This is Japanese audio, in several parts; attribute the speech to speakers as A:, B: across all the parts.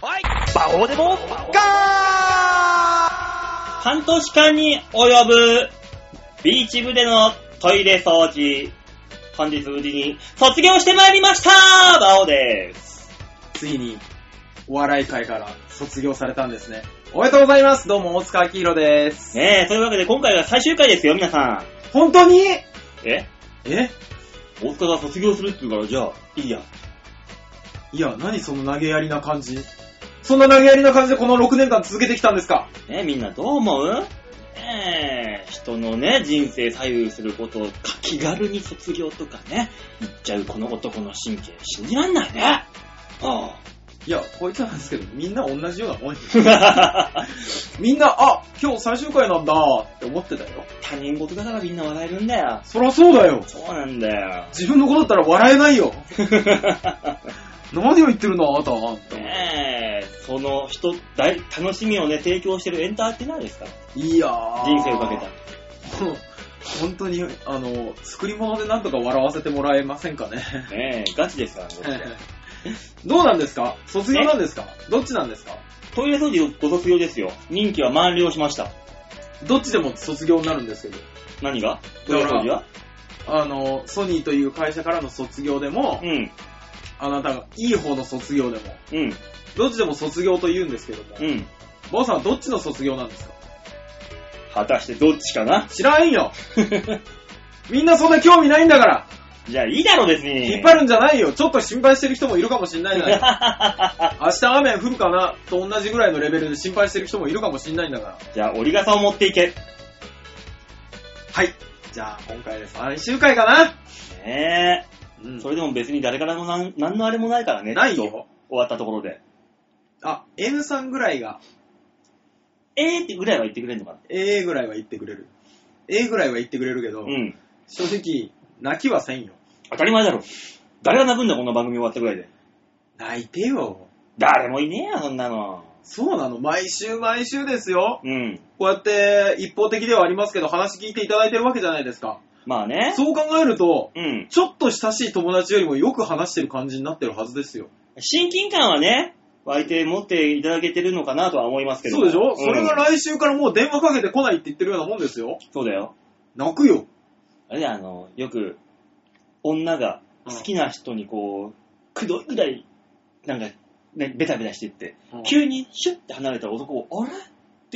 A: そうでもガー
B: 半年間に及ぶビーチ部でのトイレ掃除。本日無事に卒業してまいりましたバオです。
C: ついに、お笑い界から卒業されたんですね。おめでとうございます。どうも、大塚明宏です。
B: ねえ、というわけで今回が最終回ですよ、皆さ
C: 本当に
B: ん。え
C: え
B: 大塚が卒業するって言うから、じゃあ、いいや。
C: いや、何その投げやりな感じ。そんな投げやりな感じでこの6年間続けてきたんですか
B: ねえ、みんなどう思うねえ、人のね、人生左右することを気軽に卒業とかね、言っちゃうこの男の神経、信じらんないね。ああ。
C: いや、こいつなんですけど、みんな同じようなもんよみんな、あ、今日最終回なんだって思ってたよ。
B: 他人事だからみんな笑えるんだよ。
C: そらそうだよ。
B: そうなんだよ。
C: 自分のことだったら笑えない よ。何を言ってるのあなたは。
B: ねえ、その人、大楽しみをね、提供してるエンターテイナーですから。
C: いやー。
B: 人生をかけた。。
C: 本当に、あの、作り物でなんとか笑わせてもらえませんかね。
B: ねえ、ガチですからね。僕
C: ええ どうなんですか卒業なんですかどっちなんですか
B: トイレ掃除ご卒業ですよ。任期は満了しました。
C: どっちでも卒業になるんですけど。
B: 何がトイ
C: だ
B: レ
C: から
B: 掃除は
C: あの、ソニーという会社からの卒業でも
B: う、ん、
C: あなたがいい方の卒業でも、
B: うん、
C: どっちでも卒業と言うんですけども、
B: うん。
C: バオさんはどっちの卒業なんですか
B: 果たしてどっちかな
C: 知らんよ みんなそんな興味ないんだから
B: じゃあいいだろ別に。
C: 引っ張るんじゃないよちょっと心配してる人もいるかもしん ないな明日雨降るかなと同じぐらいのレベルで心配してる人もいるかもしんないんだから。
B: じゃあ折り傘を持っていけ。
C: はい。じゃあ今回で最終回かな
B: ね
C: う
B: え。
C: ん
B: それでも別に誰からもなん何のあれもないからね。
C: ない
B: きっと
C: よ。
B: 終わったところで。
C: あ、N さんぐらいが、
B: えーってぐらいは言ってくれんのか
C: A ぐらいは言ってくれる。A ぐらいは言ってくれるけど、
B: な。うん。
C: 正直、泣きはせんよ。
B: 当たり前だろ。誰が泣くんだこんな番組終わったぐらいで。
C: 泣いてよ。
B: 誰もいねえよ、そんなの。
C: そうなの毎週毎週ですよ。
B: うん。
C: こうやって一方的ではありますけど話聞いていただいてるわけじゃないですか。
B: まあね。
C: そう考えると、
B: うん。
C: ちょっと親しい友達よりもよく話してる感じになってるはずですよ。
B: 親近感はね、湧いて持っていただけてるのかなとは思いますけど。
C: そうでしょ、
B: ん
C: それが来週からもう電話かけてこないって言ってるようなもんですよ。
B: そうだよ。
C: 泣くよ。
B: あれだよあの、よく、女が好きな人にこう、くどいぐらい、なんか、ね、ベタベタしてって、急にシュッて離れた男を、あれって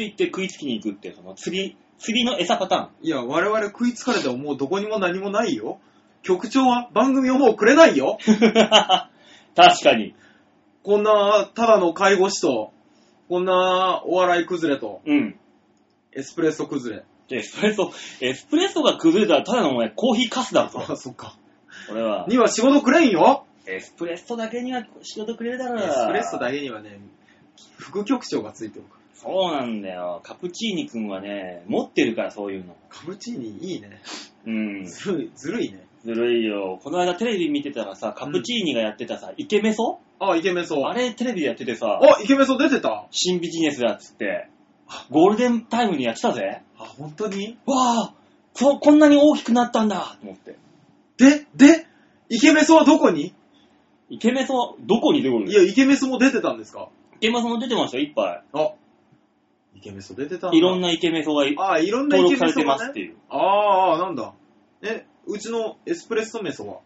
B: 言って食いつきに行くって、その釣り、釣りの餌パターン。
C: いや、我々食いつかれてももうどこにも何もないよ。局長は番組をもうくれないよ。
B: 確かに。
C: こんな、ただの介護士と、こんなお笑い崩れと、
B: うん。
C: エスプレッソ崩れ。
B: エスプレッソ、エスプレッソが崩れたらただのお前コーヒーカスだぞ。
C: あ、そっか。
B: これは。
C: には仕事くれんよ。
B: エスプレッソだけには仕事くれるだ
C: エ
B: ろう。
C: スプレッソだけにはね、副局長がついてるから。
B: そうなんだよ。カプチーニくんはね、持ってるからそういうの。
C: カブチーニいいね。
B: うん。ず
C: ずるい、ずるいね。
B: るいよ。この間テレビ見てたらさ、カプチーニがやってたさ、イケメソ
C: あ、イケメンそう。
B: あれテレビでやっててさ、
C: あ、イケメンそう出てた
B: 新ビジネスだっつって、ゴールデンタイムにやってたぜ。
C: あ、本当に
B: わあここんなに大きくなったんだと思って。
C: で、で、イケメンそうはどこに
B: イケメソ、どこに出てくる
C: い
B: のイ
C: や、イケメンそうも出てたんですか
B: ケメソも出てましたよ、いっぱ
C: あ、イケメンそう出てた
B: い。いろん
C: な。
B: なイケメソがい
C: あ、いろんなイ
B: 登
C: ケメン
B: 録され
C: そ
B: て
C: が
B: ますっ
C: ね
B: て。いう。
C: あーあー、なんだ。え、うちのエスプレッソメソは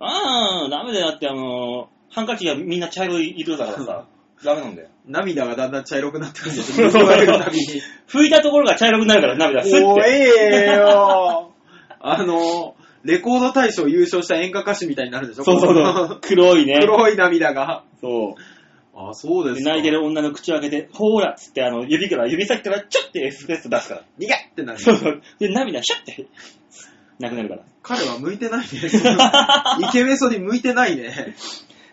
B: ああ、ダメだよ。だってあのー、ハンカチがみんな茶色い色だから さ、ダメなんだよ。
C: 涙がだんだん茶色くなってくるん ですよ。水をあげるたびに。
B: 拭いたところが茶色くなるから涙すって。
C: おえよ あの、レコード大賞優勝した演歌歌手みたいになるでしょ
B: そうそ うそう。黒いね。
C: 黒い涙が。
B: そ
C: あ、そう
B: う。
C: で
B: です
C: か。
B: 泣いてる女の口を開けて、ほーらっつって、あの、指から、指先から、ちょってエスプレッソ出すから。
C: 逃げってなる。
B: そうそう。で、涙、シュッて、なくなるから。
C: 彼は向いて ないね。そのイケメンソに向いてないね。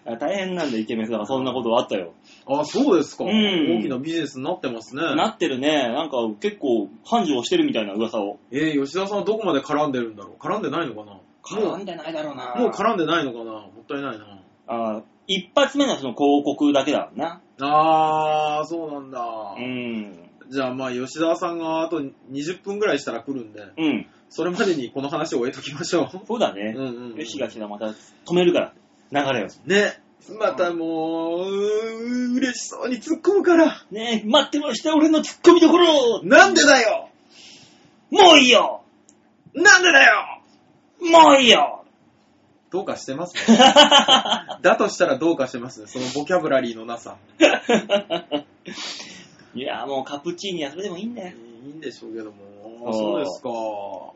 B: あ大変なんだ、イケメンさんが。そんなことあったよ。
C: あ、そうですか。
B: うん
C: 大きなビジネスになってますね。
B: なってるね。なんか、結構、繁盛してるみたいな噂を。
C: えー、吉田さんはどこまで絡んでるんだろう絡んでないのかなも
B: 絡んでないだろうな。
C: う、もう絡んでないのかなもったいないな。
B: あー一発目のその広告だけだな。
C: あー、そうなんだ。
B: うん。
C: じゃあまあ、吉田さんがあと20分ぐらいしたら来るんで、
B: うん。
C: それまでにこの 話を終えときましょう。
B: そうだ
C: う
B: ね。
C: んうんうん。
B: よしが来たらまた止めるから。流れを。
C: ね。またもう、うー嬉しそうに突っ込むから。
B: ねえ、待ってました、俺のツッコミどころ
C: なんでだよ
B: もういいよ
C: なんでだよ
B: もういいよ
C: どうかしてます ねだとしたらどうかしてますね。そのボキャブラリーのなさ。
B: いや、もうカプチーニはそれでもいいんだよ。
C: いいんでしょうけども。
B: あー
C: そうですか。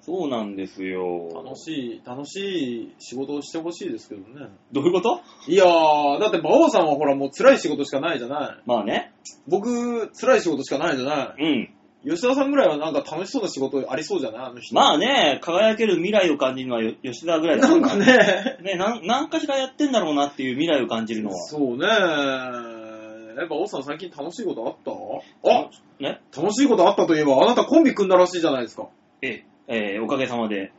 B: そうなんですよ。
C: 楽しい、楽しい仕事をしてほしいですけどね。
B: どういうこと
C: いやー、だって馬王さんはほらもう辛い仕事しかないじゃない。
B: まあね。
C: 僕、辛い仕事しかないじゃな
B: うん。
C: い。吉田さんぐらいはなんか楽しそうな仕事ありそうじゃないあの人。
B: まあね、輝ける未来を感じるのはよ吉田ぐらいだ
C: な
B: から
C: んかね、
B: ね、なん、なんかしらやってんだろうなっていう未来を感じるのは。
C: そうね。やっぱ王さん最近楽しいことあったあ
B: ね
C: 楽しいことあったといえば、あなたコンビ組んだらしいじゃないですか。
B: ええ、えーおかげさまで、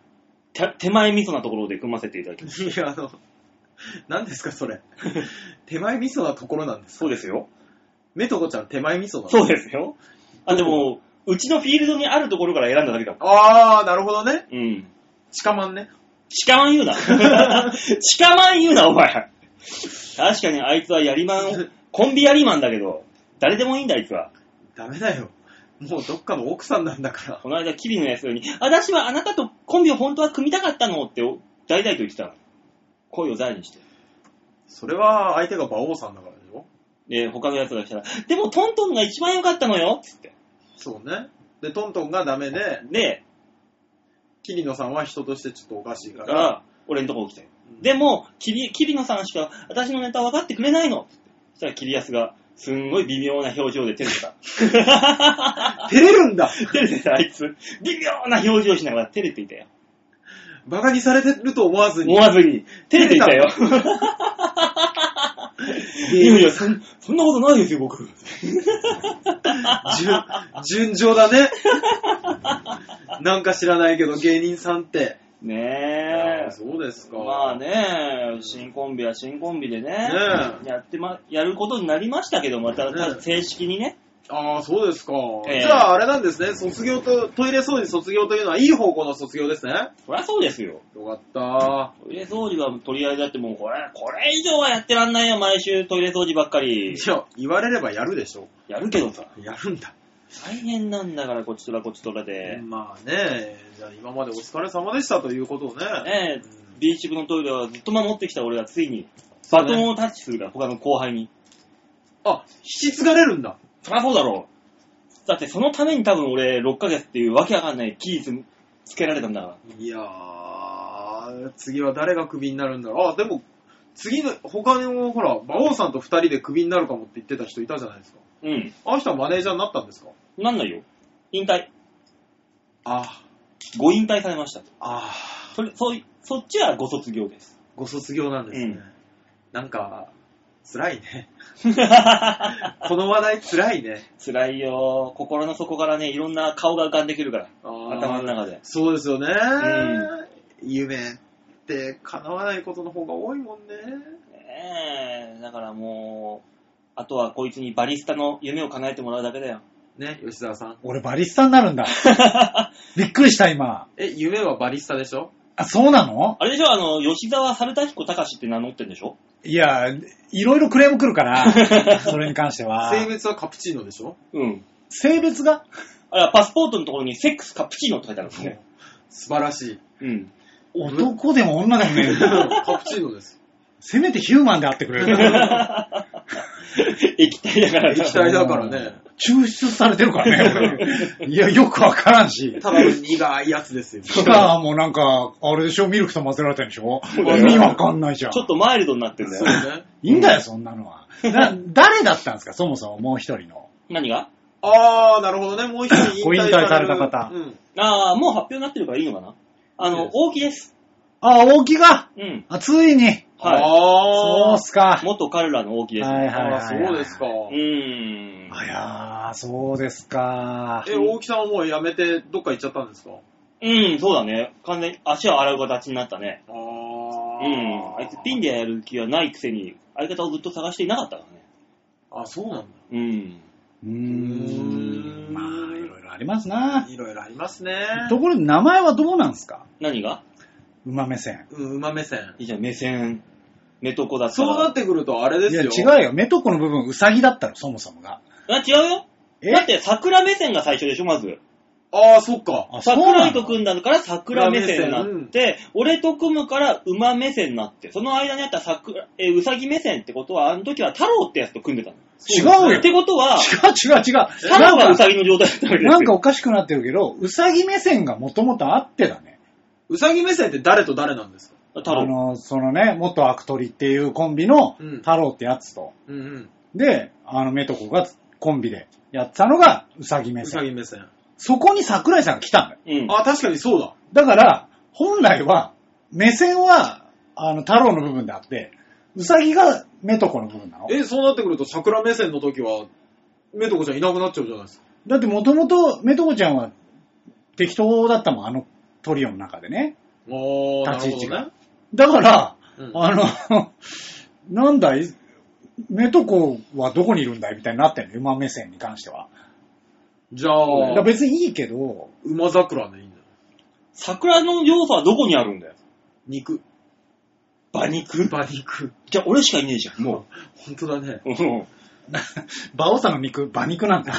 B: て手前味噌なところで組ませていただきまし
C: いや、あの、何ですかそれ。 手前味噌なところなんで
B: た。
C: す。
B: そうですよ。
C: メトコちゃん手前味噌なの
B: そうですよ。あ、でも、うちのフィールドにあるところから選んだだけだも
C: あー、なるほどね。
B: ん。うん。
C: 近まんね。
B: 近ま ん言うな。近まん言うな、お前。確かにあいつはやりまん、コンビやりまんだけど、誰でもいいんだ、あいつは。
C: ダメだよ。もうどっかの奥さんなんだから。
B: この間、キリのやつに、私はあなたとコンビを本当は組みたかったのって、大々と言ってたの。声を大にして。
C: それは相手が馬王さんだからでしょ
B: で、他のやつが来たら、でもトントンが一番良かったのよつって。
C: そうね。で、トントンがダメで、
B: で、
C: キリノさんは人としてちょっとおかしいか。
B: だからら、俺のとこ来たよ。
C: うん
B: でも、キリ、キリノさんしか私のネタ分かってくれないの。そしたらキリアスが、すんごい微妙な表情で照れてた。
C: 照れるんだ
B: 照れて た、あいつ。微妙な表情しながら照れていたよ。
C: バカにされてると思わず
B: 思
C: に。
B: わずに。照れていたよ。いやいや、そんそんなことないですよ、僕。
C: 順、順調だね。なんか知らないけど、芸人さんって。
B: ねえ。
C: そうですか。
B: まあ。ね、新コンビは新コンビで
C: ね
B: ね、やってま、やることになりましたけど、また、
C: ね
B: 正式にね、
C: ああ、そうですか。
B: ええ
C: じゃあ、あれなんですね。卒業と、トイレ掃除卒業というのは、いい方向の卒業ですね。
B: そりゃそうですよ。
C: よかった。
B: トイレ掃除はとりあえずだってもうこれ、これ以上はやってらんないよ、毎週トイレ掃除ばっか り。
C: いや、言われればやるでしょ。
B: やるけどさ、
C: やるんだ。
B: 大変なんだから、こっちとらこっちとらで。
C: まあね、じゃあ今までお疲れ様でしたということをね。
B: ねえ
C: うん
B: B 支部のトイレはずっと守ってきた俺がついに、バトンをタッチするから、他の後輩に。
C: あ、引き継がれるんだ。
B: そりゃそうだろう。だってそのために多分俺、6ヶ月っていうわけわかんない期日つけられたんだから。
C: いやー、次は誰がクビになるんだろう。あ、でも、次の、他の、ほら、馬王さんと二人でクビになるかもって言ってた人いたじゃないですか。
B: うん。
C: あの人はマネージャーになったんですか
B: なんないよ。引退。
C: あ
B: ご引退されました。
C: あ
B: それ、そうい、そっちはご卒業です。
C: ご卒業なんですね。
B: うん
C: なんか、辛いね。この話題辛い ね。
B: 辛いよ。心の底からね、いろんな顔が浮かんでくるから。頭の中で。
C: そうですよね、
B: ん
C: 夢って叶わないことの方が多いもんね。
B: ねえだからもう、あとはこいつにバリスタの夢を叶えてもらうだけだよ。
C: ね、吉沢さん。
A: 俺バリスタになるんだ。びっくりした今。
C: え、夢はバリスタでしょ
A: あ、そうなの
B: あれでしょあの、吉沢猿田彦隆って名乗ってんでしょ
A: いや、いろいろクレーム来るから、それに関しては。
C: 性別はカプチーノでしょ
B: うん。
A: 性別が
B: あれはパスポートのところにセックスカプチーノって書いてあるんですね。
C: 素晴らし い。
B: うん。
A: 男でも女でもねえんだ。
C: カプチーノです。
A: せめてヒューマンであってくれる。
B: 液体だから。
C: 液体だからね。
A: 抽出されてるからね、俺いや、よくわからんし。
C: ただの苦いやつ ですよ。
A: しかもなんか、あれでしょミルクと混ぜられてるんでしょ
B: うだよ
A: 意味わかんないじゃん
B: ち。ょっとマイルドになってるんだ
C: そう
B: よ。
C: ね。
A: いいんだよ、そんなのは。な誰だったんですか、そもそももう一人の。
B: 何が
C: あー、なるほどね。もう一人
A: ご引退された方
C: うん。
B: ああ、もう発表になってるからいいのかなあ
C: いい
B: の
C: で、す
B: 大木です。
A: あ、大木が
B: うん。
A: あ、ついに
B: はい。
A: そう
C: あ
A: っすか。
B: 元彼らの大木です。
A: はいはい
C: あ
A: は
C: ー
A: いはい。
C: そうですか。
B: うーん。
A: あやー、そうですか。
C: え、大木さんはもう辞めてどっか行っちゃったんですか
B: うん、そうだね。完全に足を洗う形になったね。
C: あ
B: うん。あいつピンでやる気はないくせに、相方をずっと探していなかったからね。
C: あ、そうなん
B: うん。
A: う
C: う
A: ーん。
C: ーん
A: まあ、いろいろありますな
C: だ。。いろいろありますね。
A: ところで、名前はどうなんですか
B: 何が
A: 馬目線。
C: うん、馬目線。
B: いいじゃん、目線。メトコだった
C: そうなっ
B: ら。
C: てくるとあれで
A: い
C: す
A: や、
C: よ。
A: 違うよ。メトコの部分、ウサギだったの、そもそもが。
B: あ、違うよ。
A: え
B: だって桜目線が最初でしょ、まず。
C: ああ、そっか。
A: あ、そう
B: 桜
A: な
B: 井と
A: の
B: 組んだのから桜目線にな
C: 桜目
B: って、俺と組むから馬目線になって、その間にあった桜、えー、うさぎ目線ってことは、あの時は太郎ってやつと組んでたの。
A: 違うよ
B: っ。てことは、
A: 違う違う違う。
B: 太郎が
A: な
B: うん
A: か、
B: さぎの状態だったわけですよ
A: なんかおかしくなってるけど、ウサギ目線がもともとあってだね。
C: うさぎ目線って誰と誰なんですか
B: 太
A: あ
B: 郎。
A: の、そのね、元アクトリっていうコンビの
C: うん
A: 太郎ってやつと。
C: うんうん。
A: で、あの、メトコがコンビでやってたのがウサギ目
C: うさ
A: 線。
C: ぎ目線。
A: そこに桜井さんが来たんだよ。
B: うん。
C: あ、確かにそうだ。
A: だから、本来は、目線は、あの、太郎の部分であって、ウサギがメトコの部分なの。
C: え、そうなってくると桜目線の時は、めとこちゃんいなくなっちゃうじゃないですか。
A: だってもともとメトコちゃんは適当だったもん、あのトリオの中でね。
C: あー、な
A: 立
C: る
A: ち位
C: ほど
A: 置
C: ね
A: が。。だから、
C: うん
A: あの、 なんだいメトコはどこにいるんだいみたいになってんの、馬目線に関しては。
C: じゃあ
A: だから、別にいいけど、
C: 馬桜でいいんだよ。
B: 桜の要素はどこにあるんだよ。
C: 肉。
B: 馬肉
C: 馬肉。
B: じゃあ俺しかいねえじゃん、も
C: 本当だね。
B: う。うん
A: 馬王さんの肉、馬 肉なんだ。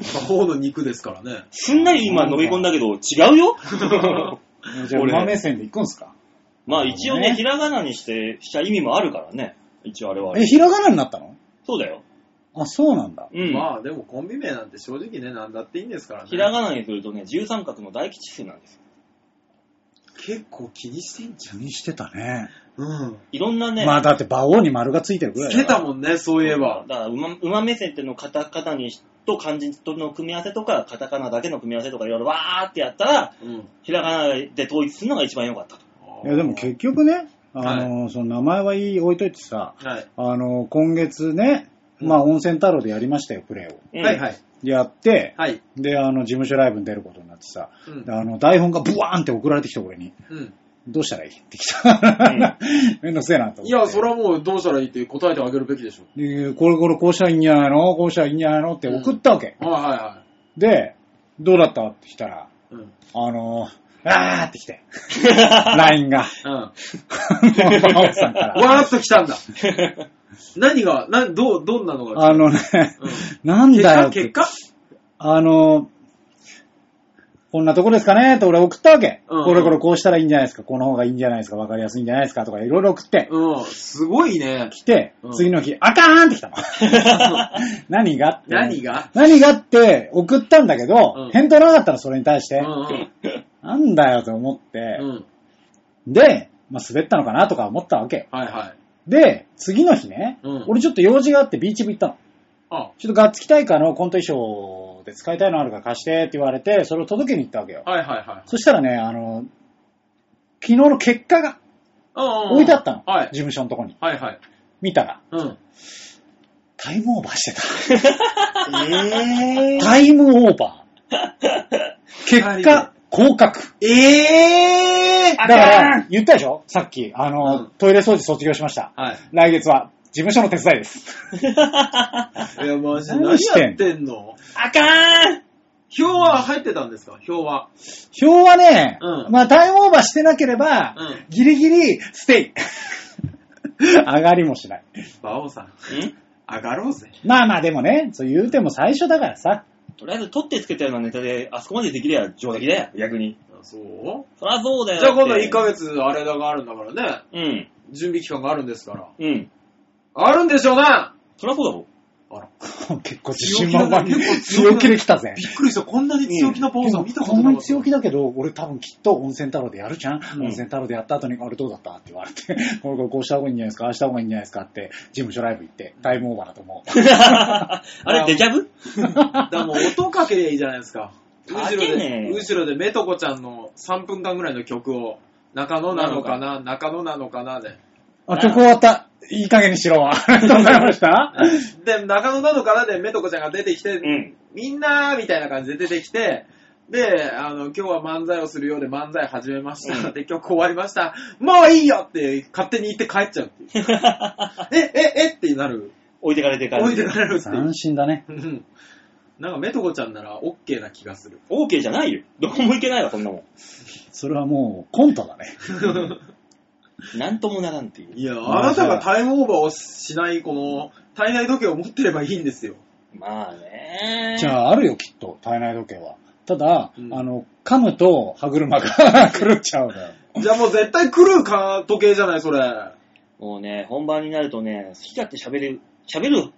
C: 馬方の肉ですからね。
B: すんなり今飲み込んだけど、違うよ。
A: じゃあ
B: 俺
A: 馬目線で行くんすか
B: まあ一応
A: なる
B: ね、
A: ほどね
B: ひらがなにして、した意味もあるからね。一応あれは。
A: え、ひらがなになったの
B: そうだよ。
A: あ、そうなんだ。
B: うん。
C: まあでもコンビ名なんて正直ね、なんだっていいんですからね。
B: ひらがなにするとね、十三角の大吉数なんですよ。
C: 結構気にしてんじゃん。
A: 気にしてたね。
C: うん。
B: いろんなね、
A: まあだって馬王に丸がついてるぐら
C: つ
A: いだ
C: け
A: から
C: たもんね、そういえば。
B: だから馬、馬目線っていうのをカタカナにしと漢字との組み合わせとか、カタカナだけの組み合わせとか、いろいろわーってやったら、
C: うん。
B: ひらがなで統一するのが一番良かったと。
A: いやでも結局ね、あの、その名前はいい置いといてさ、
C: はい。
A: あの、今月ね、
C: うん
A: まあ温泉太郎でやりましたよ、プレーを。
B: うん
C: はいはい。
A: やって、
C: はい。
A: で、あの、事務所ライブに出ることになってさ、
C: うん
A: であの、台本がブワーンって送られてきた俺に、
C: うん。
A: どうしたらいいってきた。 めんどくせえなと思って。
C: いや、それはもうどうしたらいいって答えてあげるべきでしょ。
A: でこれこれこうしたらいいんじゃないのこうしたらいいんじゃないのって送ったわけ。
C: はいはいは
A: で、どうだったって来たら、
C: い。うん。
A: あの、あーって 来て、LINE が、
C: うん。わ
A: 馬王さんから。
C: ーっと来たん だ。何が、な、どう、どんなのが
A: あのね、
C: うん
A: なん
C: 結
A: だよ
C: 果、
A: っ
C: 結
A: て、
C: 果
A: あの、こんなとこですかねって俺送ったわけ。
C: うん
A: これこれこうしたらいいんじゃないですか、この方がいいんじゃないですか、わかりやすいんじゃないですかとかいろいろ送って、
C: うん。すごいね。
A: 来て
C: う、ん
A: 次の日、あかーんって 来たの。何がって
C: 何が
A: 何がって送ったんだけど、
C: うん
A: 返答なかったの、それに対して。
C: うん
A: なんだよと思って
C: う、ん。うん。
A: で、まあ、滑ったのかなとか思ったわけよ。
C: はいはい。
A: で、次の日ね、
C: うん
A: 俺ちょっと用事があってビーチ部行ったの。
C: あ、
A: ちょっとガッツキ大会のコント衣装で使いたいのあるから貸してって言われて、それを届けに行ったわけよ。
C: はいはいはい。
A: そしたらね、あの、昨日の結果が
C: うんうんうん
A: 置いてあったの。
C: はい
A: 事。務所のとこに。
C: はいはい。
A: 見たら、
C: うん。
A: タイムオーバーしてた。
C: え
A: タイムオーバ ー。結果、降格。
C: ええ
A: だから、言ったでしょさっき、あの、
C: うん
A: トイレ掃除卒業しました。
C: はい。
A: 来月は、事務所の手伝いです。
C: いや、マジで
A: 何
C: 何
A: してん
C: やってんの
B: あかーん
C: 表は入ってたんですか表は。
A: 表はね、
C: うん
A: まあタイムオーバーしてなければ、
C: うん
A: ギリギリ、ステイ。 上がりもしない。
C: 馬王さん、
B: ん
C: 上がろうぜ。
A: まあまあでもね、そう言うても最初だからさ。
B: とりあえず取ってつけたようなネタで、あそこまでできりゃ上出来だよ、逆に。
C: そう
B: そりゃそうだよ。
C: じゃあ今度
B: だって
C: 1ヶ月あれだがあるんだからね。
B: うん。
C: 準備期間があるんですから。
B: うん。
C: あるんでしょうねあ
B: そりゃそう だろ。
C: ら、
A: 結構自信満々に
C: 強気だね結構強気だ
A: 強気で来たぜ。
C: びっくりした。こんなに強気なポーズを見たこと
A: こん
C: な。
A: ないに強気だけど、俺多分きっと温泉太郎でやるじゃん、
B: うん
A: 温泉太郎でやった後に、あれどうだったって言われて、 この子こうした方がいいんじゃないですか、ああした方がいいんじゃないですかって、事務所ライブ行って、タイムオーバーだと思う。
B: あれ、デジャブ
C: だからもう音かけりゃいいじゃないですか。
B: か
C: 後
B: け
C: ろ
B: ねえ
C: で、後ろでメトコちゃんの3分間ぐらいの曲を、中野なのかな、中野なのかなで。
A: あ、曲終わった。いい加減にしろ。 ありが とうございました。
C: で、中野なのかなでメトコちゃんが出てきて、
B: うん。
C: みんなーみたいな感じで出てきて、で、あの、今日は漫才をするようで漫才始めました。
B: うん
C: で、曲終わりました。もういいよって勝手に言って帰っちゃうって いう。え、え、えってなる。
B: 置いてかれてる感
C: 置
B: じ
C: いてかれるっていう
A: 斬新だね。
C: うん。なんかメトコちゃんなら OK な気がする。
B: オーケーじゃないよ。どこも行けないわ、そんなもん。
A: それはもうコントだね。
B: なんともならんっていう。
C: いや、あなたがタイムオーバーをしない、この、体内時計を持ってればいいんですよ。
B: まあね。
A: じゃあ、あるよ、きっと、体内時計は。ただ、
C: うん
A: あの、噛むと歯車が 狂っちゃうのよ。
C: じゃあもう絶対狂うか、時計じゃない、それ。
B: もうね、本番になるとね、好き勝手喋る、喋る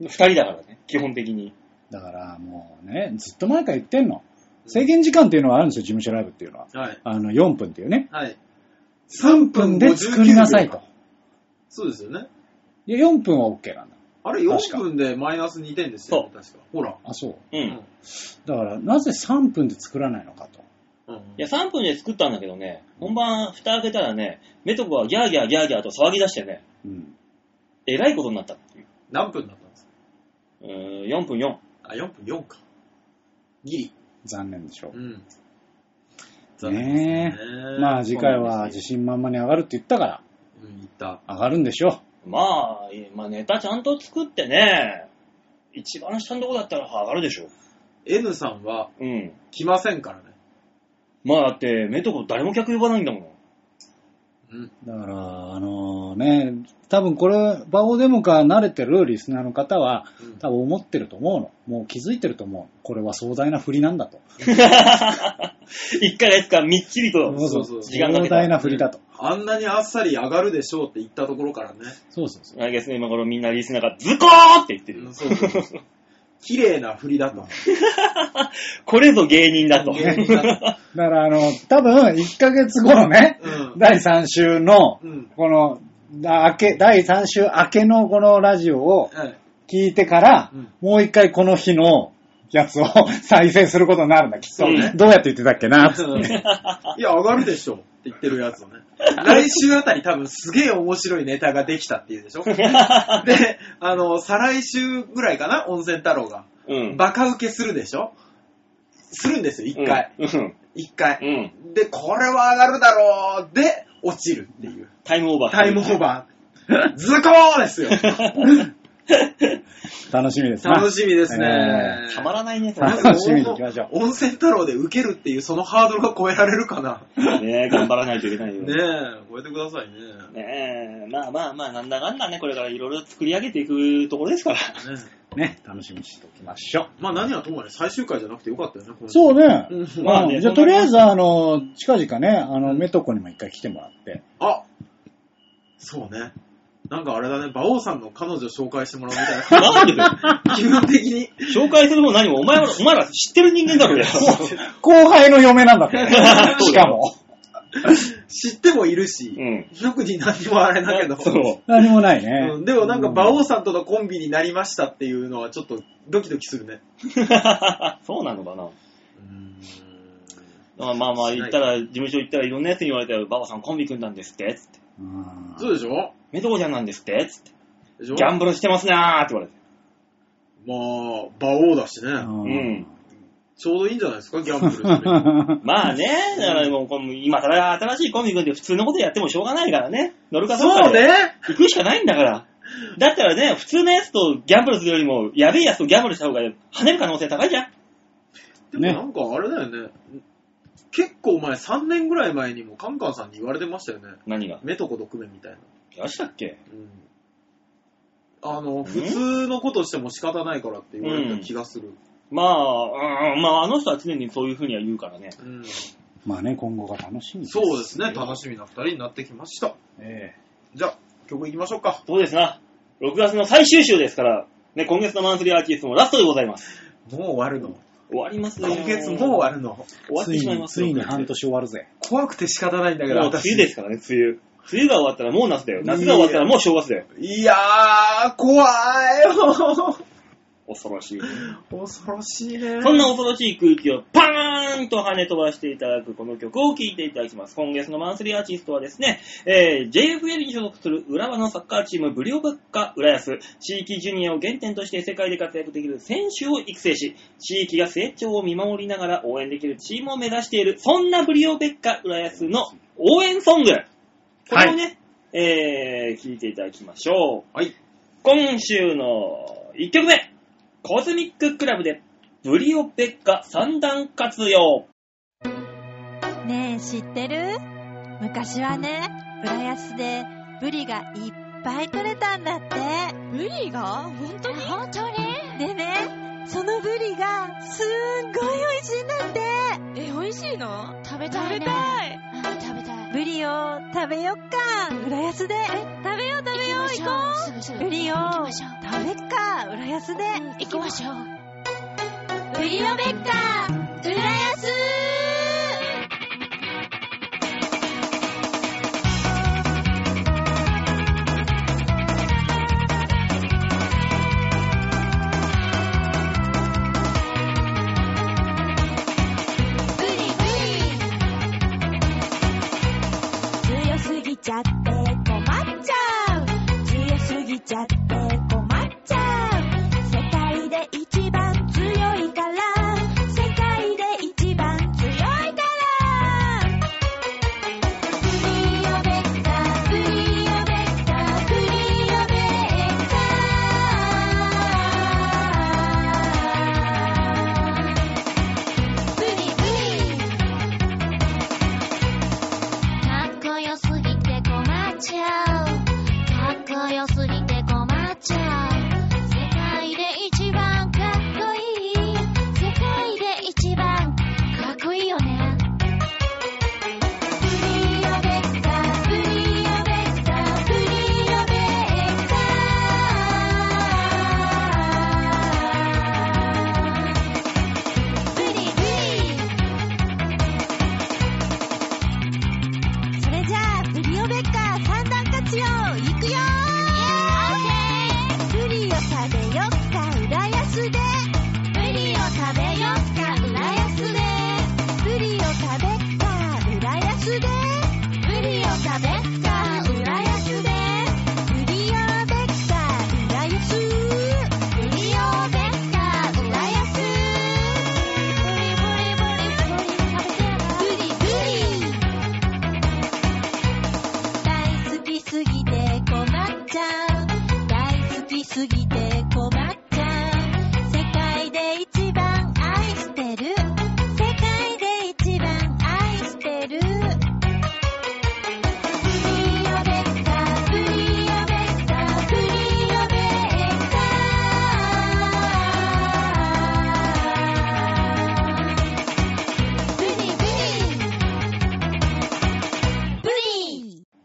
B: 二人だからね、基本的に。
A: だから、もうね、ずっと前から言ってんの。制限時間っていうのがあるんですよ、事務所ライブっていうのは。
C: はい。
A: あの、4分っていうね。
C: はい。
A: 3分で作りなさいと。
C: そうですよね。
A: いや、4分は OK なんだ。
C: あれ、
A: 確か
C: 4分でマイナス2点ですよ、ね、確か。ほら。
A: あ、そう。
B: うん。
C: うん
A: だから、なぜ3分で作らないのかと。
C: うん
B: いや、3分で作ったんだけどね、本番蓋開けたらね、メトコはギャーギャーギャーギャーと騒ぎ出してね、
A: うん。
B: えらいことになったっていう。
C: 何分だったんですか
B: うーん、4分4。
C: あ、4分4か。ギリ。
A: 残念でしょ
C: うん。
A: う。
C: ね
A: ねえ。まあ、次回は自信満々に上がるって言ったから、
C: うん、いった。
A: 上がるんでしょ
B: まあ、えまあネタちゃんと作ってね、一番下のとこだったら上がるでしょ。
C: N さんは
B: うん。
C: 来ませんからね。
B: まあだって、メトコ誰も客呼ばないんだもん。
C: うん。
A: う。だから、あのね、多分これ、バオデモカ慣れてるリスナーの方は、
C: うん
A: 多分思ってると思うの。もう気づいてると思うの。これは壮大な振りなんだと。
B: 1ヶ月間みっちりと。
C: そうそう
B: 時間か
A: 壮
B: けた
A: 大な振りだと。
C: あんなにあっさり上がるでしょうって言ったところからね。
A: そうそうそう。
B: 来月の今頃みんなリスナーがズコーって言ってるよ。
C: そう そうそう。綺麗な振りだと。
B: これぞ芸人だと。
C: 芸人だと
A: だから、あの、多分1ヶ月後のね、
C: うん
A: 第3週の、
C: うん。
A: この、だ明け、第3週明けのこのラジオを
C: はい。
A: 聞いてから、
C: うん
A: もう一回この日のやつを再生することになるんだ、きっと。
B: そうね
A: どうやって言ってたっけな、つって
C: いや、上がるでしょって言ってるやつをね。来週あたり多分すげえ面白いネタができたって言う でしょで、あの、再来週ぐらいかな、温泉太郎が。
B: うん。
C: バカ受けするでしょするんですよ、一回。
B: うん。
C: 一、回。
B: うん。
C: で、これは上がるだろうで、落ちるっていう。
B: タイムオーバー。
C: タイムオーバー。ズコーですよ。
A: 楽しみですな
C: 楽しみですね
A: え。
B: たまらないね、それ
A: は。楽しみに行きましょう
C: 温泉太郎で受けるっていうそのハードルが超えられるか な。
B: ねえ、頑張らないといけないよ。
C: ね
B: ね
C: え、超えてくださいね。
B: え、まあまあまあ、なんだかんだね、これからいろいろ作り上げていくところですから。
C: ね
A: ね、楽しみにしておきましょう。
C: まあ何はともあれ最終回じゃなくてよかったよね、今週
A: そう。ね。
C: うん
B: まあね
A: うんじゃあ、とりあえず、あの、近々ね、あの、メトコにも一回来てもらって。
C: あそうね。なんかあれだね、馬王さんの彼女紹介してもらうみたい
B: なんでだよ
C: な。 気分的に。
B: 紹介するも何も、お 前ら、お前ら知ってる人間だろ、よ。
A: 後輩の嫁なんだ って。しかも。
C: 知ってもいるし、
B: うん。
C: 特に何もあれだけど。
B: そう。
A: 何もないね。
C: うんでもなんか馬王さんとのコンビになりましたっていうのはちょっとドキドキするね。
B: そうなのかな。まあまあまあ、行ったら、事務所行ったらいろんなやつに言われて、ババさんコンビ組んだんですって、つって。
A: うん
C: そうでしょ
B: メトコちゃんなんですって、つって。
C: でしょ
B: ギャンブルしてますなーって言われて。
C: まあ、馬王だしね、
B: うん。
C: ちょうどいいんじゃないですか、ギャンブルする
B: まあね、だからもうこの今から新しいコンビ組んで普通のことやってもしょうがないからね。乗るかどう
C: そ
B: か
C: う
B: で
C: ね
B: 行くしかないんだから。だったらね、普通のやつとギャンブルするよりも、やべえやつとギャンブルした方が跳ねる可能性高いじゃん。
C: でもなんかあれだよね。結構前、3年ぐらい前にもカンカンさんに言われてましたよね。
B: 何が。
C: 目とこと組めみたいな。
B: やしたっけ
C: うん。あの、普通のことしても仕方ないからって言われた気がする。
B: まあ、うんまああの人は常にそういう風には言うからね。
C: うん。
A: まあね、今後が楽しみです。
C: そうですね、楽しみな2人になってきました。
A: え
C: じゃあ、曲いきましょうか。
B: そうですな。6月の最終週ですから、ね、今月のマンスリーアーティストもラストでございます。
C: もう終わるの。
B: 終わりますよ
C: 今月もう終わるの。
A: え
B: 終わっ
A: つ
B: て
A: い
B: しまい
A: に、
B: ます
A: ついに半年終わるぜ。
C: 怖くて仕方ないんだけど、
B: もう梅雨ですからね、梅雨。梅雨が終わったらもう夏だよ。夏が終わったらもう正月だよ。
C: いやー、怖いよ。
B: 恐ろしい。
C: 恐ろしいね。
B: そんな恐ろしい空気をパーンと跳ね飛ばしていただくこの曲を聴いていただきます。今月のマンスリーアーティストはですね、えー JFL に所属する浦和のサッカーチームブリオバッカ浦安、地域ジュニアを原点として世界で活躍できる選手を育成し、地域が成長を見守りながら応援できるチームを目指している、そんなブリオベッカ浦安の応援ソング。これをね、えー、聴いていただきましょう。
C: はい。
B: 今週の1曲目、コズミッククラブでブリオベッカ三段活用。
D: ねえ知ってる昔はね、浦安でブリがいっぱい取れたんだって。ブリが本当に本当にでね、そのブリがすんごい美味しいんだって。
E: え、美味しいの
F: 食べ
E: 食
F: たい
E: べ
F: ね。
E: たい。
F: うん食べたい。
D: ブリを食べよっか、浦安で。食べよう食べよう
F: 行きま
D: 行こ
F: しょうすぐす
D: う。
F: ぐ
D: ブリを
F: 行きましょう。
D: 食べっか、浦安で。
F: うん行きましょう。
D: ブリロベッカ、浦安
F: ブリブ
D: 強すぎちゃって困っちゃう強すぎちゃって困っちゃう世界で一番強いから世界で一番強いから
F: リ。ブリオベッカ、ブリオベッカ、ブリオベッカ。ブリブリ。かっこよすぎて困っちゃう。かっこよすぎて困っちゃう。世界で一番かっこいい。世界で一番かっこいいよね。ブリオベッカ、ブリオベッカ、ブリオベッカ。ブリブリ。
D: それじゃあブリオベッカ三段活用いくよブリを食べよっか浦安でブリを食べよっか浦安でブリを食べっか浦安でブリを食べっか浦安でブリオベッカ浦安ブリオベッカ浦安ブリブリ大好きすぎて困っちゃう大好きすぎて困っちゃう世界で一番愛してる世界で一番愛してる
F: ブリオベッカブリオベッカブリオベッカ世界で一番かっこいい世界で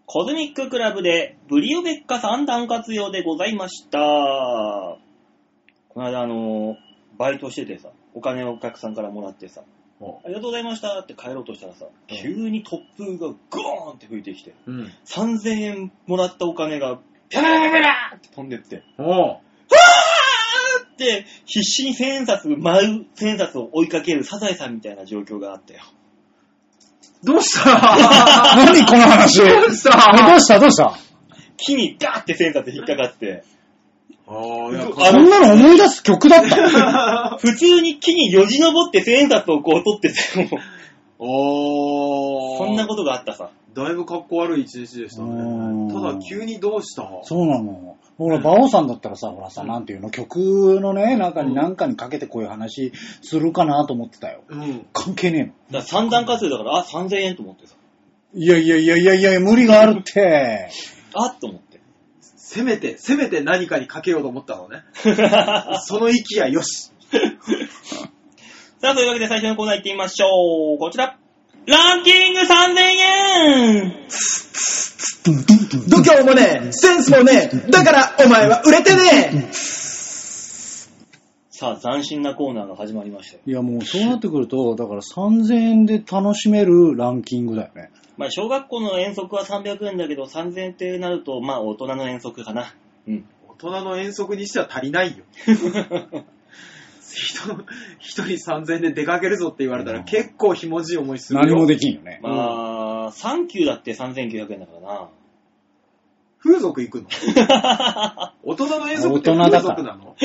B: コズミッククラブでブリオベッカ三段活用でございました。この間、あの、バイトしててさ、お金をお客さんからもらってさ、
C: お
B: ありがとうございましたって帰ろうとしたらさ、急に突風がゴーンって吹いてきて、
C: うん。
B: 3000円もらったお金が、ペラペラペラペラって飛んでって、
C: おう
B: で、必死に千円札、丸千円札を追いかけるサザエさんみたいな状況があったよ。
C: どうした
A: 何この話 ど
C: どうした
A: どうしたどうした
B: 木にガーって千円札引っかかって、
C: ああ、いや、
B: う
C: か
B: わ
A: そんなの思い出す曲だ った。
B: 普通に木によじ登って千円札をこう取ってても、
C: おー。
B: そんなことがあったさ。
C: だいぶ格好悪い一日でした
A: うん
C: ね。ただ、急にどうした
A: そうなの。ほら、馬王さんだったらさ、ほらさ、
C: うん
A: なんていうの、曲のね、中
C: う
A: に
C: ん
A: 何かにかけてこういう話するかなと思ってたよ。
C: うん。
A: 関係ね
B: だから三段活用だから、あ、3000円と思ってさ。
A: えの。いやいやいやいやいや、無理があるって。
B: あっと思って。
C: せめて、せめて何かにかけようと思ったのね。その息やよし。
B: さあ、というわけで最初のコーナー行ってみましょう。こちら。ランキング3000円
C: 度胸もねえ、センスもねえ、だからお前は売れてね
B: さあ、斬新なコーナーが始まりましたよ。
A: いやもうそうなってくると、だから3000円で楽しめるランキングだよね。
B: まあ、小学校の遠足は300円だけど、3000円ってなると、まあ、大人の遠足かな。うん。
C: え大人の遠足にしては足りないよ。人の一人3000円で出かけるぞって言われた
A: う
C: ら
A: ん
C: 結構ひもじい思いするよ。
A: 何もできんよね。
B: まあ、3級だって3900円だからな。
C: 風俗 行くの大人の遠足って
A: 大
C: 風
A: 人だから
C: 俗なの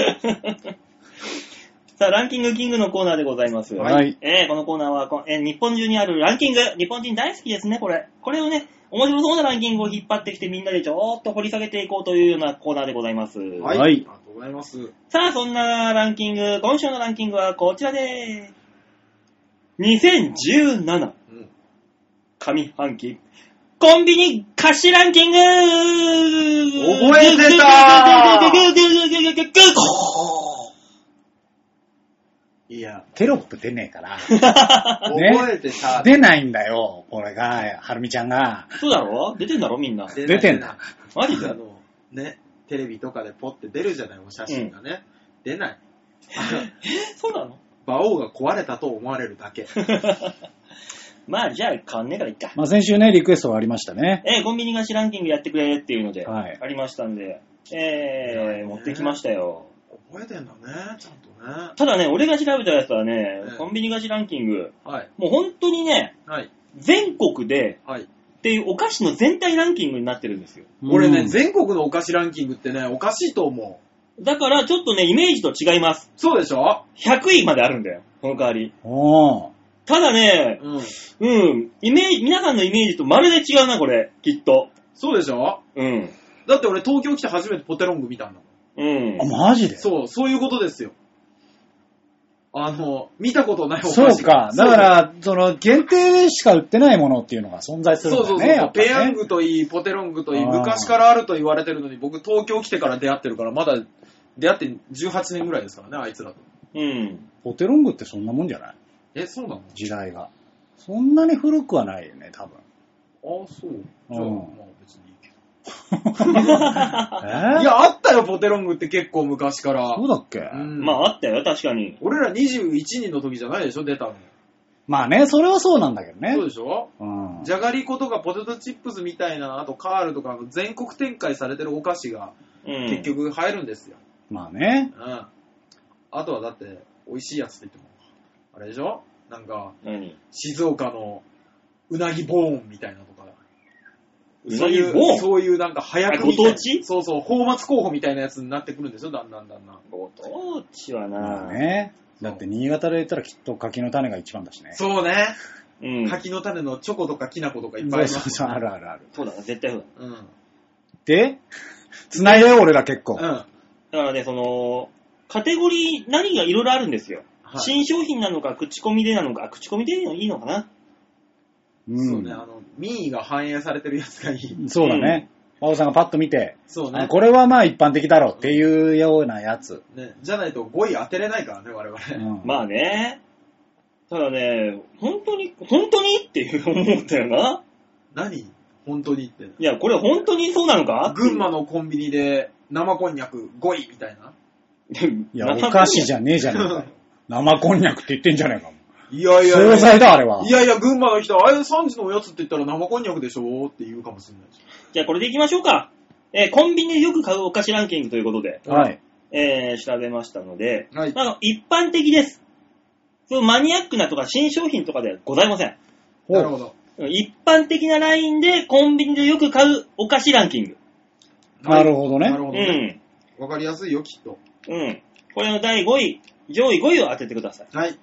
B: さあ、ランキングキングのコーナーでございます。
A: はい
B: えーこのコーナーはこ、えー日本中にあるランキング、日本人大好きですね、これ。これをね、面白そうなランキングを引っ張ってきてみんなでちょーっと掘り下げていこうというようなコーナーでございます。
C: はい。
A: は
C: あ
A: い
C: りがとうございます。
B: さあ、そんなランキング、今週のランキングはこちらでーす。2017
C: うん
B: 上半期コンビニ菓子ランキング覚
C: えてたいや、
A: テロップ出ねえから。ね
C: 覚えてた。
A: 出ないんだよ、これが、はるみちゃんが。
B: そうだろ出てんだろみんな。
C: 出
A: 出てんだ。
B: マジ
C: あ
B: で
C: の、ね、テレビとかでポッて出るじゃない、お写真がね。出ない。
B: そうなの
C: 馬王が壊れたと思われるだけ。
B: まあじゃあ変わんねえからいっか。
A: まあ、先週ね、リクエストがありましたね。
B: えーコンビニ菓子ランキングやってくれっていうので、
A: はい
B: ありましたんで、え
C: 偉いね
B: ー、持ってきましたよ。
C: 覚えてんだね、ちゃんとね。
B: ただね、俺が調べたやつはね
C: う、ん
B: コンビニ菓子ランキング、
C: はい、
B: もう本当にね、
C: はい、
B: 全国で
C: はい。
B: っていうお菓子の全体ランキングになってるんですよ。
C: 俺ね、
A: うん
C: 全国のお菓子ランキングってね、おかしいと思う。
B: だからちょっとね、イメージと違います。
C: そうでしょ
B: 100位まであるんだよ、その代わり。
A: おー
B: ただね、
C: うん。
B: うん、イメージ、皆さんのイメージとまるで違うな、これ、きっと。
C: そうでしょ
B: うん。
C: だって俺東京来て初めてポテロング見たんだもん。
B: うん
A: あ、。マジで
C: そう、そういうことですよ。あの、見たことないお菓子
A: そ
C: が
A: うか。だか、ら、その、限定でしか売ってないものっていうのが存在
C: そ
A: す
C: う
A: るん
C: そう
A: だ
C: そ
A: よ
C: う
A: ね。
C: そう、ペヤン
A: グ。
C: グといい、ポテロングといい、
A: あー
C: 昔からあると言われてるのに、僕東京来てから出会ってるから、まだ出会って18年ぐらいですからね、あいつらと。
B: うん。
A: ポテロングってそんなもんじゃない
C: え、そうなの
A: 時代が。そんなに古くはないよね、多 分。
C: ああ、そう。じゃあ、
A: うん
C: まあ別にいいけ
A: え
C: ど。
A: ー、
C: いや、あったよ、ポテロングって結構昔から
A: そ。うだっけ、
C: うん
B: まあ、あったよ、確かに。
C: 俺ら21人の時じゃないでしょ、出たの。
A: まあね、それはそうなんだけどね
C: そう。でしょ
A: うん。
C: じゃがりことかポテトチップスみたいな、あとカールとか、あの全国展開されてるお菓子が
B: うん。
C: 結。局入るんですよ。
A: まあね。
C: うん。あとはだって、美味しいやつって言っても、あれでしょなんか、
B: 何
C: 静岡のうなぎボーンみたいなとか。
B: う
C: そ
B: な
C: う
B: ぎ
C: いう、
B: ボーン
C: そういうなんか早くみたい
B: あご当地
C: そうそう、放末候補みたいなやつになってくるんでしょだんだんだんだん。
B: ご当地は
A: ま
B: な
A: あ、ね。だって新潟で言ったらきっと柿の種が一番だしね。
C: そうね。
B: うん。
C: 柿の種のチョコとかきな粉とかいっぱいあ
A: そう
C: り
A: そう
C: ますよ
A: そう、あ
C: ね。
A: るあるある。
B: そうだな、絶対そう
C: うん。
A: で、繋いだよ、俺ら結構。
C: うん。
B: だ。だからね、その、カテゴリー、何がいろいろあるんですよ。
C: はい
B: 新商品なのか、口コミでなのか、口コミでいいのかな。
A: うん
C: そうね、あの、民意が反映されてるやつがいい。
A: そうだね。馬、オさんがパッと見て、
C: そう
A: あ
C: ね。
A: これはまあ一般的だろうっていうようなやつ。
C: ねじゃないと5位当てれないからね、我々。
A: うん
B: まあね。ただね、本当に、本当にっていう思ったよな。
C: 何本当にって。
B: いや、これ本当にそうなのか
C: 群馬のコンビニで生こんにゃく5位みたいな。
A: いや、お菓子じ
B: ゃん。
A: ゃねえじゃねえかよ。生こんにゃくって言ってんじゃねえかも。
C: いやいやい
A: 惣
C: や。
A: 菜だ、あれは。
C: いやいや、群馬の人、あれ3時のおやつって言ったら生こんにゃくでしょって言うかもしれないし。
B: じゃあこれでいきましょうか。えーコンビニでよく買うお菓子ランキングということで、
A: はい。
B: えー調べましたので、
C: はい
B: まあ、一般的です。そうマニアックなとか新商品とかではございません。
C: なるほど。
B: 一般的なラインでコンビニでよく買うお菓子ランキング。
A: なるほどね
C: なるほどね。
B: う
C: わかりやすいよ、きっと。
B: ん。うん。これの第5位、上位5位を当ててください。
C: はい。ね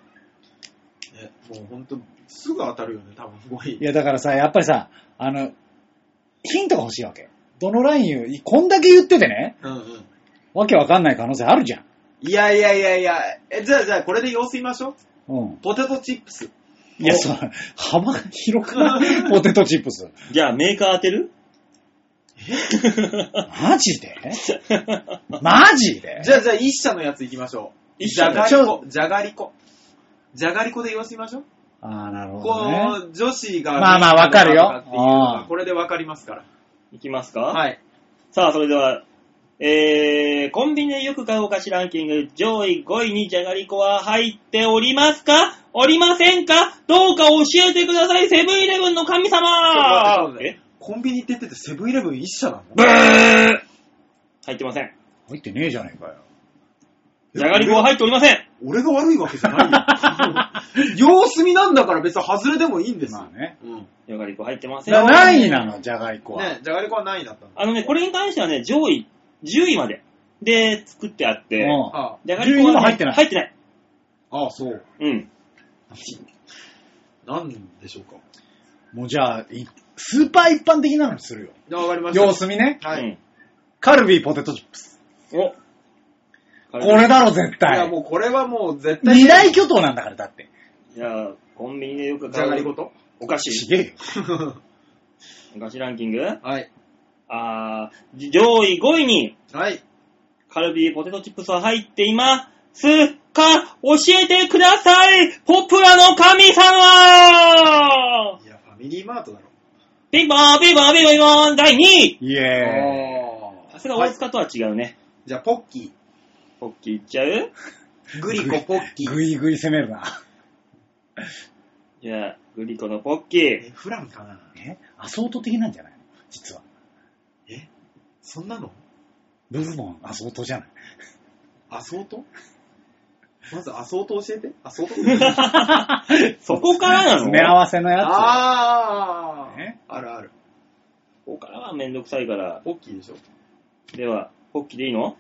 C: もうほんと、すぐ当たるよね、多分5
A: い
C: 位。
A: や、だからさ、やっぱりさ、あの、ヒントが欲しいわけ。どのラインを、こんだけ言っててね、
C: うんうん。
A: わけわかんない可能性あるじゃん。
C: いやいやいやいや、え、じゃあじゃあこれで様子見ましょう。
A: うん。
C: ポテトチップス。
A: いや、そう、幅が広くない ポテトチップス。
B: じゃあメーカー当てる
A: マジでマジで
C: じゃあじゃあ一社のやついきましょう。
B: 一
C: じゃ
B: 社
C: がり
B: の
C: こ、じゃがりこ。じゃがりこで様子見ましょう。
A: ああ、なるほ
C: こ
A: どね。
C: の女子が。
A: まあまあわかるよ
C: っていうのが
A: うん
C: これでわかりますから。
B: いきますか
C: はい。
B: さあ、それでは、えー、コンビニでよく買うお菓子ランキング上位5位にじゃがりこは入っておりますかおりませんかどうか教えてくださいセブンイレブンの神
C: ちょっと
B: 様
C: 待ってちょっと待って
B: え
C: コンビニって言っててセブンイレブン一社なの
B: ブー入ってません。
A: 入ってねえじゃねえかよ。
B: じゃがりこは入っておりません。
C: 俺が悪いわけじゃない よ。様子見なんだから別に外れでもいいんですよ。
A: まあね。
C: うん。
B: じゃがりこ入ってません。
A: な何位なの、じゃがりこは。
C: ね、じゃがりこは何位だったの
B: あのね、これに関してはね、上位10位までで作ってあって、
A: うん
C: あ
B: じゃがりこは、
A: 10位
B: ね、
A: も入ってない
B: 入ってない。
C: あ、あそう。
B: うん。
C: なんでしょうか。
A: もうじゃあ、いスーパー一般的なのにするよ。
C: じゃあわかりました。
A: 様子見ね。
C: は
B: う
C: い。
B: ん
A: カルビーポテトチップス。
B: お
A: これだろ、絶
C: いや、
A: 対。
C: もうこれはもう絶対。
A: 二大巨頭なんだから、だって。
B: じゃあ、コンビニでよく
C: じ
B: 買
C: ゃがりこ
B: う
C: と
B: お菓子。
A: ちげえよ。
B: ガチランキング
C: はい。
B: あーじ上位5位に
C: はい。
B: カルビーポテトチップスは入っていますか教えてくださいポプラの神様
C: いや、ファミリーマートだろ。
B: ピンポーンピンポーンピンポンピンポン第2位
A: イエーイ。
B: さすが大塚とは違うね。
C: じゃあ、ポッキ
B: ポッキーいっちゃう
C: ー。グリコ、ポッキー。
A: ぐいぐい攻めるな。
B: じゃあ、グリコのポッキー。
C: え、フランかな
A: えアソート的なんじゃないの実は。
C: えそんなの
A: ブズボンアソートじゃない。
C: アソートまずアソート教えて。ア ソート
B: そこからなの
A: 詰め合わせのや
C: あー
A: え
C: あるある。
B: ここからはめんどくさいから。
C: ポッキーでしょ
B: では、ポッキーでいいの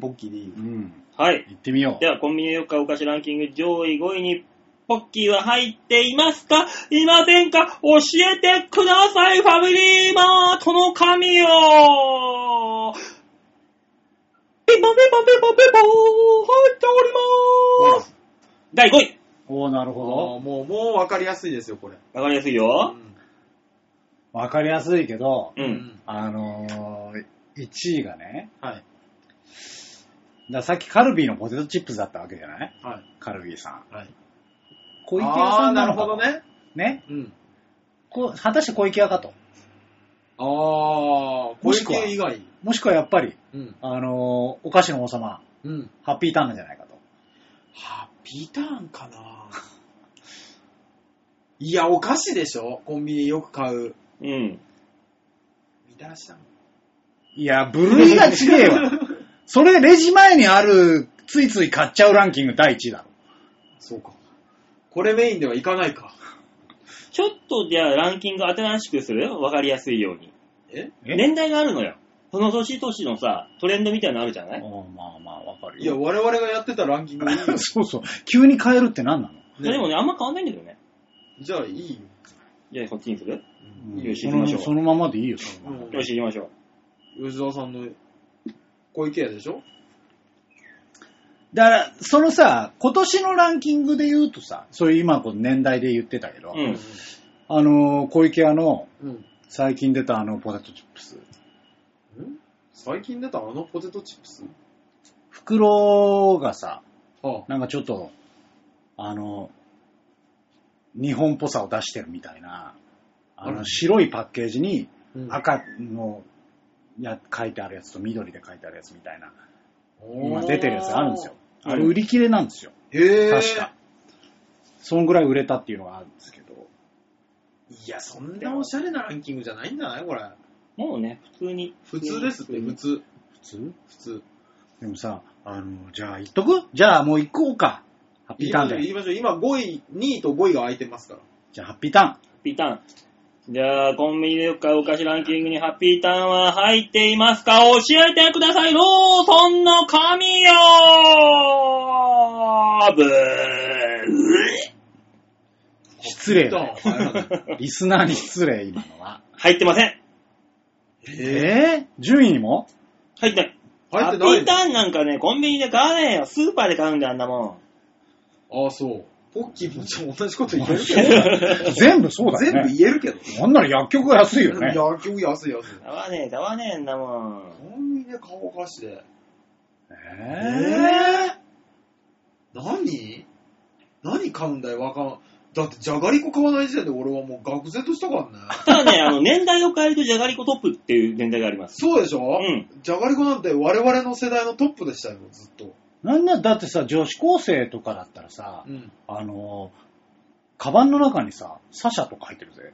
C: ポッキーでいい
A: つ。うん。
B: はい。
A: 行ってみよう
B: で。は、コンビニ4日お菓子ランキング上位5位に、ポッキーは入っていますかいませんか教えてくださいファミリーマートの神よピンポンピンポンピンポンピンポン入っておりまーす第5位
A: おおなる
C: あー
A: ほ
C: もう、もう分かりやすいですよ、これ。
B: わかりやすいよ。
A: ど。わかりやすいけど、
B: う。。
C: うん
A: あのー、1位がね、
C: はい。
A: だからさっきカルビーのポテトチップスだったわけじゃない
C: はい。
A: カルビーさん。
C: はい。
A: 小池屋さん
C: あ
A: な
C: ーな
A: の
C: る
A: か
C: ほ
A: と
C: ど。ね。
A: ね。
C: うん。
A: こう果たして小池屋かと。
C: あー、
A: も
C: 小
A: しくは
C: 池以外。
A: もしくはやっぱり、
C: うん。
A: あのー、お菓子の王様、
C: うん。
A: ハッピーターンなんじゃないかと。
C: ハッピーターンかないや、お菓子でしょコンビニよく買う。
B: うん。
C: みたらしだもん。
A: いや、部類が違えわ。 それ、レジ前にある、ついつい買っちゃうランキング第1位だろ。
C: そうか。これメインではいかないか。
B: ちょっとじゃあランキング新しくするわかりやすいように。
C: え
A: え
B: 年代があるのよ。その年々のさ、トレンドみたいなのあるじゃない
A: おーまあまあ、わかる
C: いや、
A: よ。。
C: 我々がやってたランキングいいよ
A: そうそう。急に変えるって何なの
B: それでもね、あんま変わんないんだけどね。
C: じゃあいいよ。
B: じゃあこっちにする
A: うん
B: よし
A: そ
B: 行きましょ
A: の
B: う
A: そのままでいいよ、そのまま。
C: うん
B: よし、行きましょう。
C: 吉沢さんの小池屋でしょ
A: だから、そのさ、今年のランキングで言うとさ、そういう今、年代で言ってたけど、
B: うん。
A: あのー、小池屋の
C: うん。
A: 最近出たあの、ポテトチップス。
C: ん最近出たあのポテトチップス
A: 袋がさ、
C: は
A: なんかちょっと、あの、日本っぽさを出してるみたいな、あ
C: う
A: の、
C: ん
A: 白いパッケージに
C: あ、
A: 赤のや書いてあるやつと緑で書いてあるやつみたいな、
C: おー
A: 今出てるやつがあるんですよ。。
B: うん
A: あれ売り切れなんですよ。
C: へえ。
A: 確か。。そんぐらい売れたっていうのがあるんですけど。
C: いや、そんなおしゃれなランキングじゃないんじゃないこれ。
B: もうね、普通に。
C: 普通ですって、
B: うん
C: 普通。
A: 普通
C: 普通。
A: でもさ、あの、じゃあ行っとくじゃあもう行こうか。ハッ
C: 言
A: ピー
C: い
A: ター
C: ま
A: ン
C: しょう、言
A: で。
C: いましょう。今5位、2位と5位が空いてますから。
A: じゃあハッピータ
B: ピーターン。じゃあ、コンビニで買うお菓子ランキングにハッピーターンは入っていますか教えてくださいローソンの神よブー
A: 失礼だ
C: だ
A: よ。 ーン。リスナーに失礼、今のは。
B: 入ってません
C: え
A: えぇ、順位にも
B: 入ってない。
C: ー、入って
B: ハ
C: な
B: ッピ
C: い
B: ー
C: の
B: ターンなんかね、コンビニで買わねえよ。スーパーで買うんだよ、あん なも
C: ああ、そう。ポッキーもちょっと同じこと言えるけど。
A: 全部そう だ
C: 全
A: よ
C: 部
A: ね。
C: 言えるけど。
A: なんなら薬局が安いよね。
C: 野球安い安い。
B: ん。買わねえ、買わねえんだもん。
C: コンビニで顔お菓子で。え
A: え
C: ぇ、何何買うんだよ、わかん。だって、じゃがりこ買わない時点で俺はもう愕然としたからね。
B: ただね、あの、年代を変えるとじゃがりこトップっていう年代があります。
C: そうでしょ
B: ん
C: じゃがりこなんて我々の世代のトップでしたよ、ずっと。
A: ぇ、なんだ、だってさ、女子高生とかだったらさ、
C: ん。
A: あのー、カバンの中にさ、サシャとか入ってるぜ。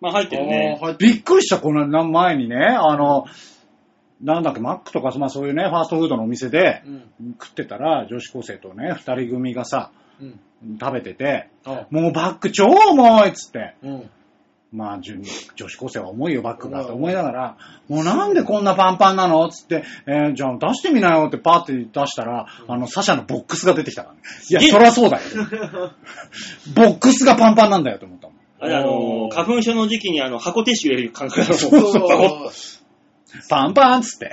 B: まあ入ってるね。
C: あー入って
A: びっくりした、この前にね、あの、なんだっけ、マックとか、まあそういうね、ファーストフードのお店で
C: うん。
A: 食ってたら、女子高生とね、二人組がさ、
C: うん。
A: 食べてて、
C: あ
A: もうバッグ超重いっつって、
C: うん。
A: まあ、じゅ女子高生は重いよ、バッグがと思いながら、もうなんでこんなパンパンなのっつって、えーじゃあ出してみなよってパーって出したら、
C: うん
A: あの、サシャのボックスが出てきたからね。いや、
B: げえ
A: そりゃそうだよ。ボックスがパンパンなんだよと思ったもん。
B: あれ、あの、花粉症の時期にあの、箱ティッシュ入れる感覚だと
C: そ
B: 思う。
C: うそう。
A: パンパンっつって。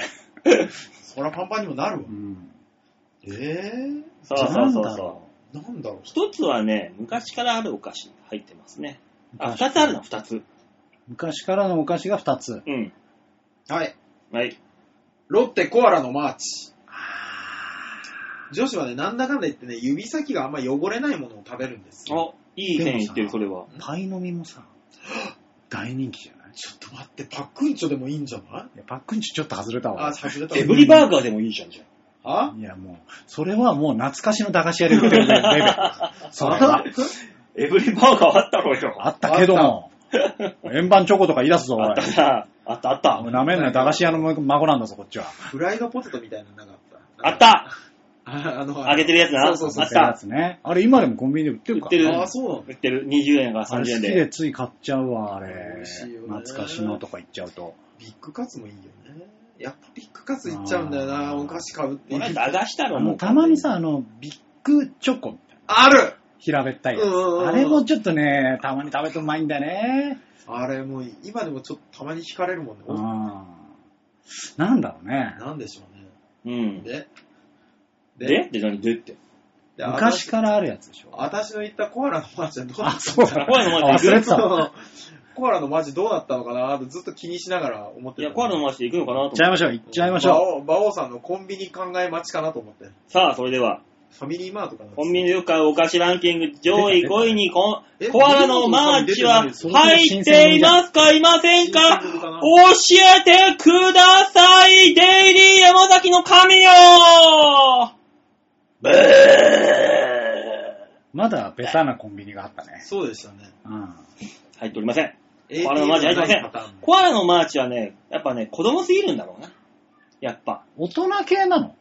C: そらパンパンにもなるわ
A: う。ん。
C: えぇ、
B: そうそうそ
A: な
B: うん
A: だろ
B: そう
C: ー、なんだろう。
B: 一つはね、昔からあるお菓子入ってますね。あ、
A: 昔
B: 二
A: から
B: つあるの、二つ。
A: 昔からのお菓子が2つ。
B: うん。
C: はい。
B: はい。
C: ロッテコアラのマーチ。女子はね、なんだかんだ言ってね、指先があんま汚れないものを食べるんですよ。
B: あ、いい線いってる、それは。
A: パイの実もさ、大人気じゃない
C: ちょっと待って、パックインチョでもいいんじゃない
A: いやパックンチちょっと外れたわ
C: あ、。外れた。
B: エブリバーガーでもいいじゃん、じゃ
C: あ
A: いやもう、それはもう懐かしの駄菓子屋で売ってるレベル。それは
B: あ。エブリバーガーあったろよ。
A: あったけども。円盤チョコとか言い出すぞ、おい
B: あっ。たな。あったあった
A: お前。舐めんなよ、駄菓子屋の孫なんだぞ、こっちは。
C: フライドポテトみたいなのなかった。
B: あった
C: ああの、
B: 揚げてるやつな
C: そうそう
B: あっ
C: そ
B: た
C: う。
A: やつね。あれ今でもコンビニで売ってる
B: 売
A: か
B: ってる。
C: あそうなんだ
B: 売ってる。20円から
A: あ
B: 30
A: れ
B: 円
A: 好き
B: で。
A: でつい買っちゃうわ、あ
C: 美
A: れ。
C: 味しいよね
A: 懐かしのとか言っちゃうと。
C: ビッグカツもいいよね。やっぱビッグカツいっちゃうんだよな、
A: あー
C: お菓子買うって
B: お前、駄菓子だろ、
A: あ
B: も
A: の
B: う。
A: たまにさ、あの、ビッグチョコみたいな、
C: ある
A: 平べったいやつ
C: うんうんうん
A: あれもちょっとね、たまに食べてうまいんだよね。
C: あれもう今でもちょっとたまに惹かれるもんね。お
A: うん。なんだろうね。
C: なんでしょうね。
B: うん。で
C: で、
B: でで何でって。
C: で
A: 昔からあるやつでしょ。
C: 私の言ったコアラのマーチはどうなっ
A: あ、そうだ。
B: コアラのマーチ
A: 忘れて
C: た
A: たわ。
C: の コアラのマーチどうなったのかなってずっと気にしながら思って
B: い
C: た。
B: や、コアラの回しで行くのかなと
A: 行っちゃい
B: 思って。
A: ましょう、行っちゃいましょ
C: う。馬王馬王さんのコンビニ考え待ちかなと思って。
B: さあ、それでは、
C: ファミリーマートかな。
B: コンビニでよく買うお菓子ランキング上位5位にこ
C: え
B: コアラのマーチは入っていますかいませ
C: 新鮮
B: んか
C: かな
B: 教えてくださいデイリー山崎の神よブー
A: う。まだベタなコンビニがあったね。
C: そうでしたね。
A: うん。
B: 入っておりません。コ
C: ATM
B: アラのマーチ入ってませ
C: ないパター
B: ん
C: ン。
B: コアラのマーチはね、やっぱね、子供すぎるんだろうな。やっぱ。
A: 大人系なの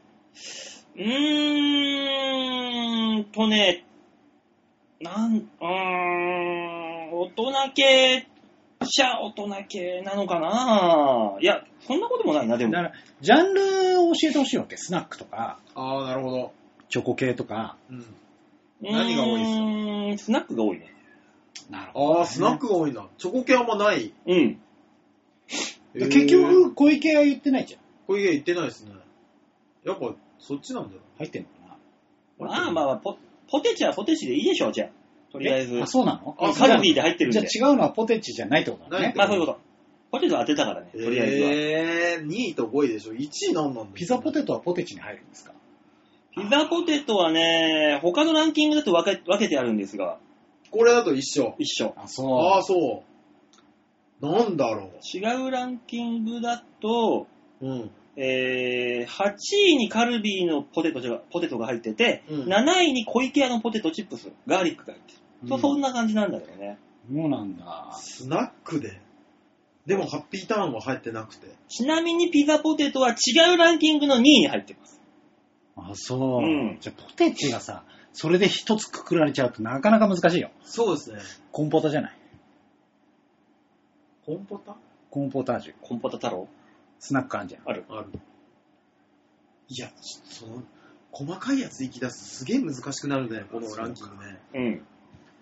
B: うーんとね、なん、うーん、大人系じゃ大人系なのかないや、そんなこともないな、で
A: だ
B: も
A: か。ら、ジャンルを教えてほしいわけ。スナックとか、
C: ああ、なるほど。
A: チョコ系とか。
C: うん。
B: う
C: 何が多いですか
B: ーんスナックが多いね。
A: なる
C: ああ、スナックが多いな。チョコ系あんまない。
B: うん。
A: で結
C: えー、
A: 局、小池は言ってないじゃん。
C: こういう家行ってないですね。やっぱ、そっちなんだよ。
A: 入ってんのかな
B: まあまあまあ、ポポテチはポテチでいいでしょう、じゃあ。とりあえず。
A: あ、そうなの
C: あ
B: カルビーで入ってるん
A: じゃ
B: で。
A: あ違うのはポテチじゃないってことだ
C: ない
A: ね。
B: まあそういうこと。ポテト当てたからね、とりあえずは。
C: えー、2位と5位でしょ。1位なんなんだ
A: ピザポ
C: ト。
A: テトはポテチに入るんですか
B: ピザポテトはね、他のランキングだと分け分けてあるんですが、
C: これだと一緒。
B: 一緒。
A: あ、
C: あ
A: そ
C: あ、そう。なんだろ
B: 違うランキングだと、
C: う。うん。
B: えー、8位にカルビーのポテトがポテトが入ってて、
C: うん
B: 7位に小池屋のポテトチップス、ガーリックが入ってる。
A: うん
B: そそんな感じなんだけどね。
A: う。そうなんだ。
C: スナックで。でも、ハッピーターンは入ってなくて。
B: ちなみにピザポテトは違うランキングの2位に入ってます。
A: あ、そう。
B: うん
A: じゃあポテチがさ、それで一つくくられちゃうとなかなか難しいよ。
C: そうですね。
A: コンポタじゃない。
C: コンポタ
A: コーンポタージュ。
B: コンポタ太郎
A: スナックあんじゃん。
B: ある。
C: ある。いや、その、細かいやつ行き出すとすげえ難しくなるね、このランキングね。
B: うん。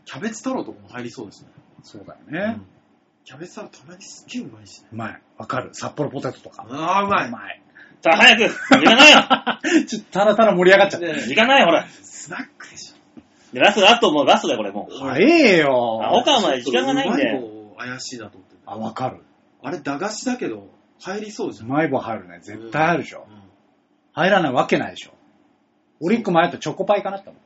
C: キャベツ太郎とかも入りそうですね。
A: そうだよ
C: う
A: ね
C: ん。キャベツ太郎たまにすっげえうまいしね。
A: うまい。わかる。札幌ポテトとか。
C: ああ、うまい。
A: うまい。
B: さあ早く時間ないよ
A: ちょっとたらたら盛り上がっちゃった。
B: 時間ないよ、ほら。
C: スナックでしょ。
B: でラスト、ラスト、もうラストだよ、これもう。
A: 早えよ。
B: あ、岡山で時間がないんだ
C: ち
B: よ。
C: ょっとうまい棒怪しいなと思ってて。
A: あ、わかる。
C: あれ、駄菓子だけど、入りそうじ
A: う
C: ゃん。
A: まい棒入るね。絶対入るでしょ
C: う。ん
A: 入らないわけないでしょ。俺一個迷ったチョコパイかなって思っ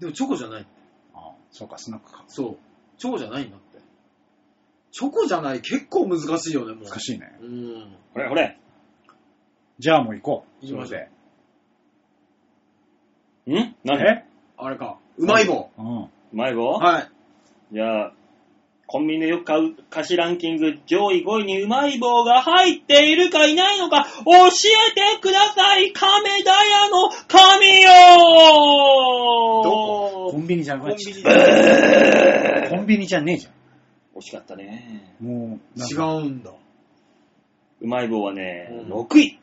C: でも、チョコじゃない。
A: た。あそうか、スナックか。
C: そう。チョコじゃないんだって。チョコじゃない、結構難しいよね、もう。
A: 難
C: い。
A: しいね。
C: うん。
B: これ、これ。
A: じゃあもう行こう。
C: 行きましょう
B: ん
A: それ
B: 何
A: で。え
C: あれか。うまい棒。
A: うん。
B: 迷子
C: はい。
B: じゃあ、コンビニでよく買う菓子ランキング上位5位にうまい棒が入っているかいないのか教えてください亀田屋の神よ
C: ど
A: コ
C: こ
A: ンビニじゃな
C: コン
A: い。
C: ビニで
A: コンビニじゃねえじゃ
B: 惜しかったね。
A: ん。もう、なん
C: 違
A: か。
C: うんだ。
B: うまい棒はね、
C: うん
B: 6位。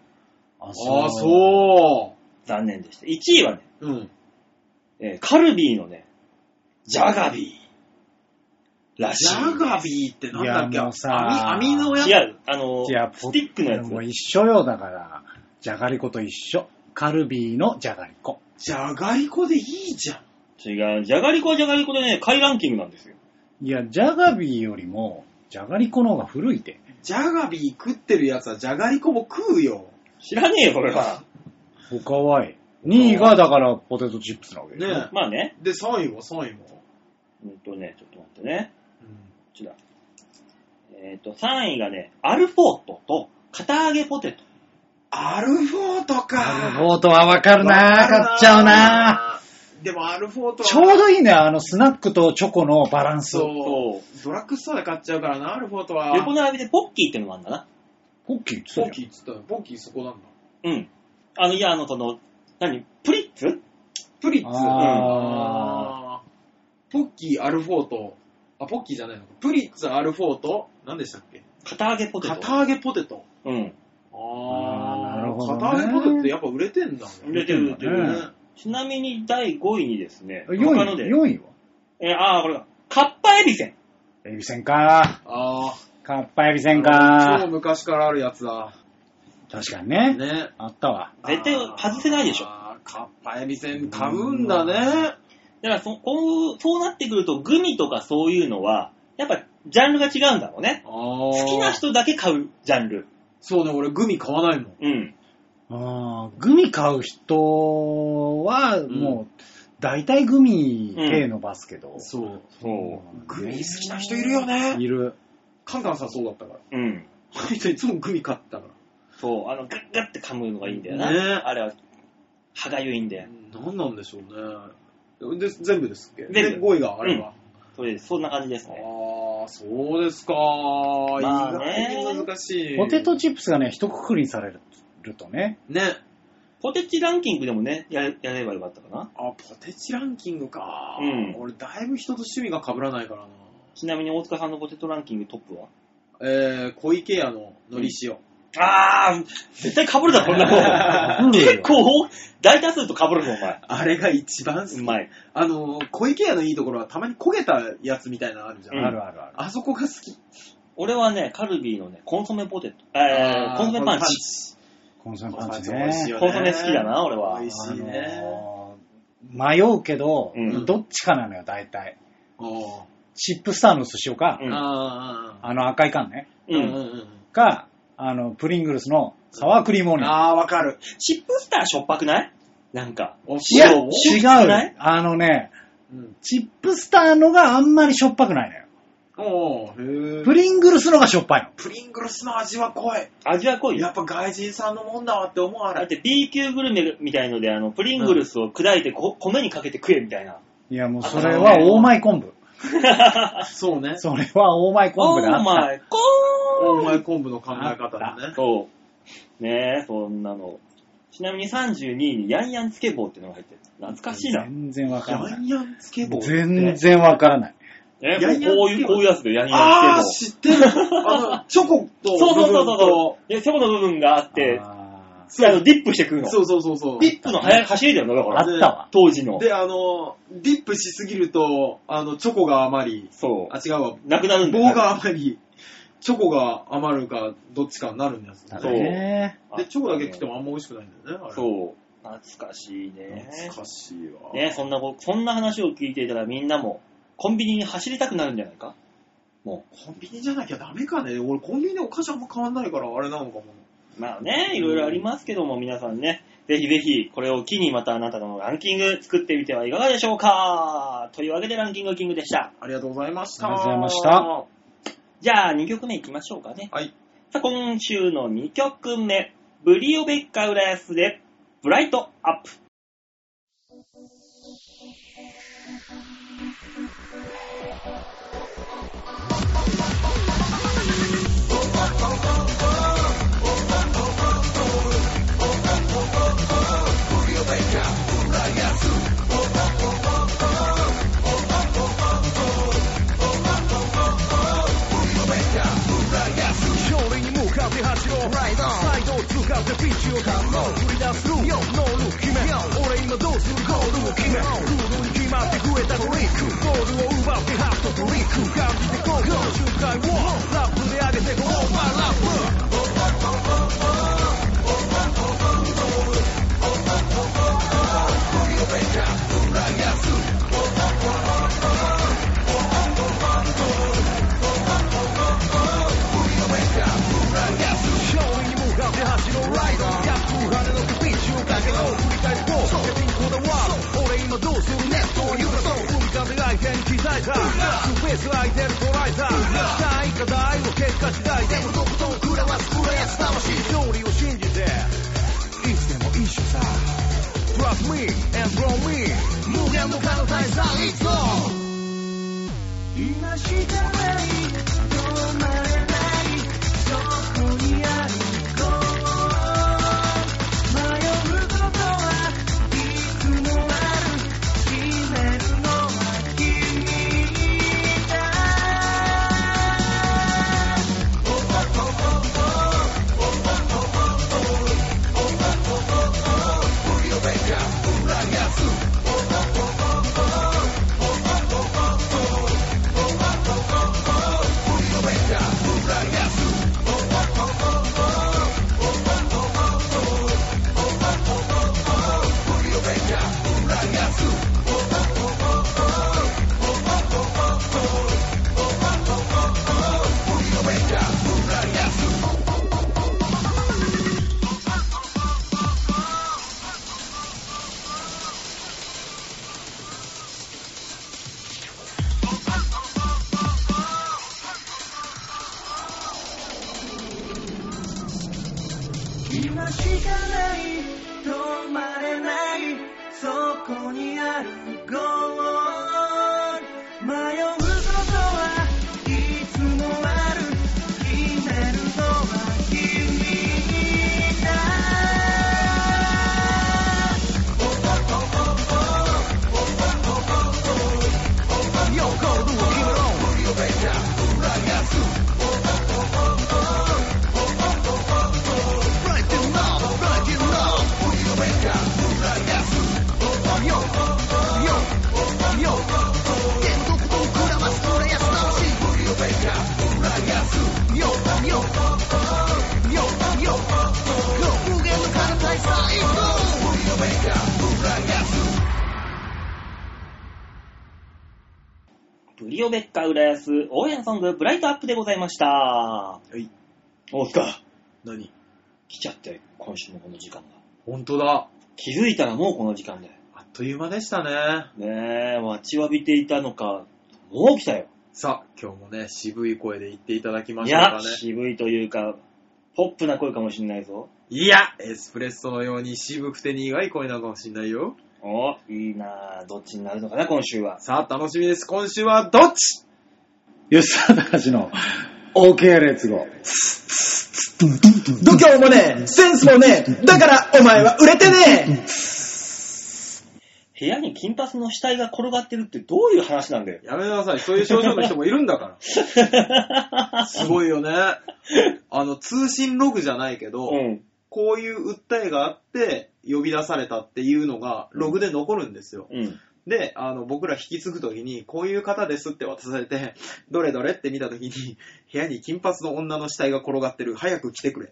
A: あ
C: ああ、そ
B: 残念でした。1位はね、
C: う。うん。
B: えーカルビーのね、ジャガビーらしい。
C: ジャガビーってなんだっ
A: い
C: け
A: やもうさ
C: 網網のやつ
B: いや、あの、
A: いや、
B: スティックのやつ
A: も。う一緒よ、だから。じゃがりこと一緒。カルビーのじゃがりこ。
C: じゃがりこでいいじゃん。
B: 違う。じゃがりこはじゃがりこでね、下位ランキングなんですよ。
A: いや、じゃがビーよりも、じゃがりこの方が古いて。
C: じゃがビー食ってるやつはじゃがりこも食うよ。
B: 知らねえよ、これは。
A: 他はい。2位がだからポテトチップスなわけでしょ
C: ね
B: まあね。
C: で、3位も3位も。
B: うんとね、ちょっと待ってね。こちら。えっ、と、3位がね、アルフォートと、片揚げポテト。
C: アルフォートか。
A: アルフォートはわかるな
C: わかる
A: 買っちゃうな
C: でもアルフォートは
A: ちょうどいいんだよ、あのスナックとチョコのバランス。
C: そうドラッグストアで買っちゃうからな、アルフォートは。
B: 横並びでポッキーってのもあるんだな。
A: ポッキーっつ
C: ポ
A: って
C: ッキーっつったら、ポッキーそこなんだ。
B: うん。あの、いや、あの、その、何プリッツ
C: プリッツ。
A: あ
C: ポッキー、アルフォート。あ、ポッキーじゃないのか。プリッツ、アルフォート。何でしたっけ
B: 片揚げポテト。
C: 片揚げポテト。
B: うん。
A: あーなるほどね
C: 片揚げポテトってやっぱ売れてんだ
B: 売
C: ね。
B: れてる、売れて
A: てる
B: る
A: んだ
B: ね。ちなみに第5位にですね、
A: 4
B: 他の
A: 位、
B: で、
A: 4位は
B: えーああ、これだ。カッパエビセン。
A: エビせんか。
C: あー
A: カッパエビせん
C: 超
A: か。
C: 昔からあるやつだ。
A: 確かにね。
C: ね。
A: あったわ。
B: 絶対外せないでしょ。
C: あー。かっぱえびせん買うんだね。
B: だからそこう、そうなってくると、グミとかそういうのは、やっぱ、ジャンルが違うんだろうね。
C: 好
B: 好きな人だけ買うジャンル。
C: そうね、俺グミ買わないもん。
B: うん。
A: あーグミ買う人は、もう、大体グミ系のバスケど。
C: そう。
B: そ
C: グミ好きな人いるよね。
A: いる。
C: カンカンさんそうだったから。
B: う。うん。
C: あの人いつもグミ買ったか
B: そう、あの、ガッガッて噛むのがいいんだよな。
C: ね
B: あれは、歯がゆいんだ
C: ら
B: よ。。
C: 何なんでしょうね。で、全部ですっけで、
B: 全部
C: 5位があれば。
B: それで、そんな感じですね。
C: ああ、そうですか、
B: まあね
C: 意外に難しい。
A: ポテトチップスがね、一括りにされるとね。
C: ね。
B: ポテチランキングでもね、やれやればよかったかな。
C: あ、ポテチランキングか。
B: うん
C: 俺、だいぶ人と趣味が被らないからな。
B: ちなみに大塚さんのポテトランキングトップは
C: えー、小池屋ののり塩。
B: あー、絶対被るだろ、こんなもん。
A: 被るよ
B: 結構、大多数と被るぞ、お前。
C: あれが一番好
B: う
C: き。
B: まい。
C: あの、小池屋のいいところはたまに焦げたやつみたいなのあるじゃん。
B: うん
A: あるあるある。
C: あそこが好き。
B: 俺はね、カルビーのね、コンソメポテト、え
C: あ
B: ー、
C: ー
B: コンソメパンチ。
A: コンソメ
C: コンソメパ
A: パン
C: ン
A: チ
C: チ美味しい
A: ね。
C: よね。
B: コンソメ好きだな、俺は
C: 美。味しい
A: あ
C: ね。
A: のー迷うけど、
B: うん
A: どっちかなのよ、大体。
C: おー
A: チップスターの寿司をか、
B: うん
C: あーあ
A: あの赤い缶ね、
C: ー、
B: う。
C: うんうんん
A: か、あの、プリングルスのサワークリームオ
C: うん。
A: ニオン。
C: あー、わかる。
B: チップスターしょっぱくないなんか。
C: お
A: いや、
C: 塩を
A: 違。
B: くないう
A: あのね、
C: うん。
A: チップスターのがあんまりしょっぱくないのよ。
C: おー、へ
A: プ
C: ー。
A: リングルスのがしょっぱいの。
C: プリングルスの味は濃い。
B: 味は濃いよ
C: やっぱ外人さんのもんだわって思うあ
B: だっ
C: れ。
B: て B 級グルメみたいので、あの、プリングルスを砕いてこ、米にかけて食えみたいな。
A: いや、もうそれは大前昆布。
C: そうね。
A: それは大前昆布だ。
B: お前、こ
C: 大
B: ー
C: 前昆布の考え方だね。
B: そう。ねえ、そんなの。ちなみに32位にヤンヤンつけ棒っていうのが入ってる。懐かしいな。
A: 全然わから
C: ヤ
A: ない。
C: ンヤンつけ棒って。
A: 全然わからない。
B: え、
C: ヤンヤン
B: こういう、
C: つけ棒
B: こういうやつでヤンヤ
C: あ
B: ン
C: ー、
B: つ
C: 知ってる。あの、チョコと
B: け
C: 部分と。
B: 棒。そうそうそうそう。で、チョコの部分があって、あ
A: あ
B: の、ディップして食うの。
C: そうそうそうそう。
B: ディップの早い走りだよな、だか
A: ーあ
B: ら。
A: ったわ。
B: 当時の。
C: で、あの、ディップしすぎると、あの、チョコが余り、
B: そ
C: あ、違うわ、
B: う。なくなるんだよ。
C: 棒が余り、チョコが余るか、どっちかになるんですよ
B: そう
C: ね。
A: ね
B: あ
C: で、チョコだけ食ってもあんま美味しくないんだよね、あれ。
B: そう。懐かしいね。
C: 懐かしいわ。
B: ね、そんなこ、そんな話を聞いていたらみんなも、コンビニに走りたくなるんじゃないか
C: コンビニじゃなきゃダメかね。俺、コンビニでお菓子あんま変わんないから、あれなのかも。
B: まあね、いろいろありますけども、皆さんね、ぜひぜひ、これを機にまたあなたのランキング作ってみてはいかがでしょうかというわけでランキングキングでした。
C: ありがとうございました。
A: ありがとうございました。
B: じゃあ、2曲目いきましょうかね。
C: はい。
B: さあ、今週の2曲目、ブリオベッカ浦安で、ブライトアップ。
G: 勝利に向かって走ろうライドサイドを使ってピッチを張ろう繰り出すルーノール決め俺今どうするゴールを決めルールに決まってくれたトリックボールを奪ってハットトリック感じてこうこの瞬間をラップで上げてこうオーバーラップペース空いてる捉えた期待課題の結果次第でもとことん食らわす食らやす魂勝利を信じていつでも一緒さ Trust me and grow me 無限の可能体さ Let's go 今したらい止まれないそこにある迷うことはいつもある決めるのは君だ今しかない止まれないそこにあるゴール迷うことはいつもある決めるのは君だ
B: ブリオベッカ浦安応援ソングブライトアップでございました。はい
C: い。
B: おっか、
C: 何
B: 来ちゃって、今週もこの時間が。
C: 本当だ。
B: 気づいたらもうこの時間で。
C: あっという間でしたね。
B: ねえ、待ちわびていたのか、もう来たよ。
C: さあ、今日もね、渋い声で言っていただきま
B: い
C: したから
B: や、
C: ね。
B: 渋いというか、ポップな声かもしんないぞ。
C: いや、エスプレッソのように渋くて苦い声なのかもしんないよ。
B: お、いいなぁ。どっちになるのかな、今週は。
C: さあ、楽しみです。今週はどっち
A: 吉沢隆の OK 列語。
C: 度胸もねえ、センスもねえ、だからお前は売れてね
B: 部屋に金髪の死体が転がってるってどういう話なんだよ。
C: えやめなさい、そういう症状の人もいるんだから。すごいよね。あの、通信ログじゃないけど、
B: うん。
C: こういう訴えがあって、呼び出されたっていうのが、ログで残るんですよ。
B: うん。
C: で、あの、僕ら引き継ぐときに、こういう方ですって渡されて、どれどれって見たときに、部屋に金髪の女の死体が転がってる。早く来てくれ。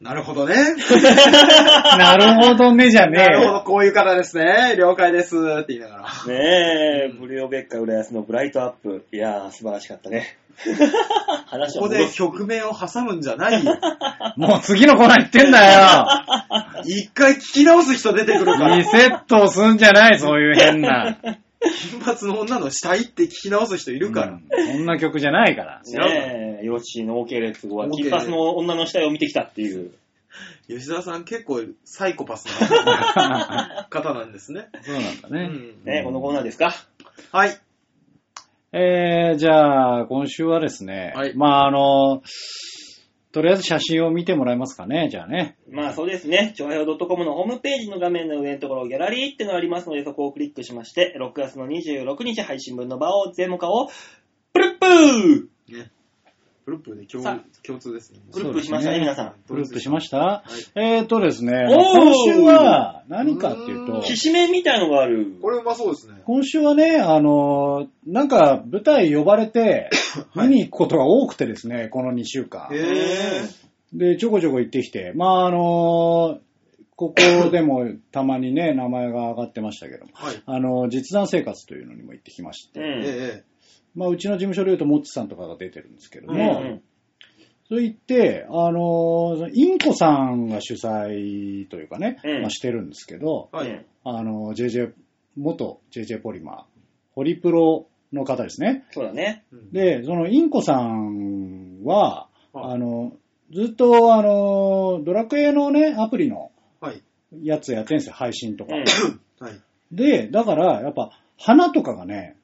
C: なるほどね。
A: なるほどね、じゃね
C: な
A: え
C: るほど、
A: よ。
C: こういう方ですね。了解です。って言いながら。
B: ねえ、ブリオベッカ浦安のブライトアップ。いやー、素晴らしかっ たね。話
C: ここ
B: を戻。
C: です曲名を挟むんじゃないよ。
A: もう次のコーナー行ってんだよ。
C: 一回聞き直す人出てくるから
A: リ。セットをすんじゃない、そういう変な。
C: 金髪の女の死体って聞き直す人いるから。
A: うんそんな曲じゃないから。
C: 違うから
B: ねえ、ヨッシーの OK レッツゴーは
C: OK
B: 金髪の女の死体を見てきたっていう。
C: 吉沢さん結構サイコパスな方なんですね。
A: そうなんだ
C: う
A: ね。
C: ん
B: ねえ、このコーナーですか。
C: はい。
A: えー、じゃあ、今週はですね、
C: はい
A: まあ、あの、とりあえず写真を見てもらえますかね、じゃあね。
B: まあそうですね、超平洋 .com のホームページの画面の上のところ、ギャラリーってのがありますので、そこをクリックしまして、6月の26日配信分の場を、全モカを、プルップー
C: ねグループで共
B: さ
C: 共通ですね。
B: プルップしましたね、
A: そうですね
B: 皆さん。
A: グループしました、
C: はい
A: えーとですね、
B: おー
A: 今週は何かっていう
C: う
A: と
C: ーん、
B: きしめんみたいのがある。
C: これうまそうですね。
A: 今週はね、あの、なんか舞台呼ばれ て、見に行くことが多くてですね、この2週間。
C: へぇ
A: で、ちょこちょこ行ってきて、まあ、あの、ここでもたまにね、名前が上がってましたけども、
C: はい。
A: あの、実弾生活というのにも行ってきまして
B: う、
C: え
B: ん。
C: え
A: まあ、うちの事務所でいうと、モッチさんとかが出てるんですけど
B: う
A: も、
B: ん。
A: それ行って、あのーそのインコさんが主催というかね、
B: うん
A: まあ、してるんですけど、
C: は
B: う
C: い。
B: ん
A: あのー JJ、元 JJ ポリマー、ホリプロの方ですね。
B: そうだね。
A: で、そのインコさんは、
C: はい
A: あの、ずっと、あの、ドラクエのね、アプリの
C: はい。
A: やつやってんすよ、配信とか。
B: うん
C: はい。
A: で、だから、やっぱ、花とかがね、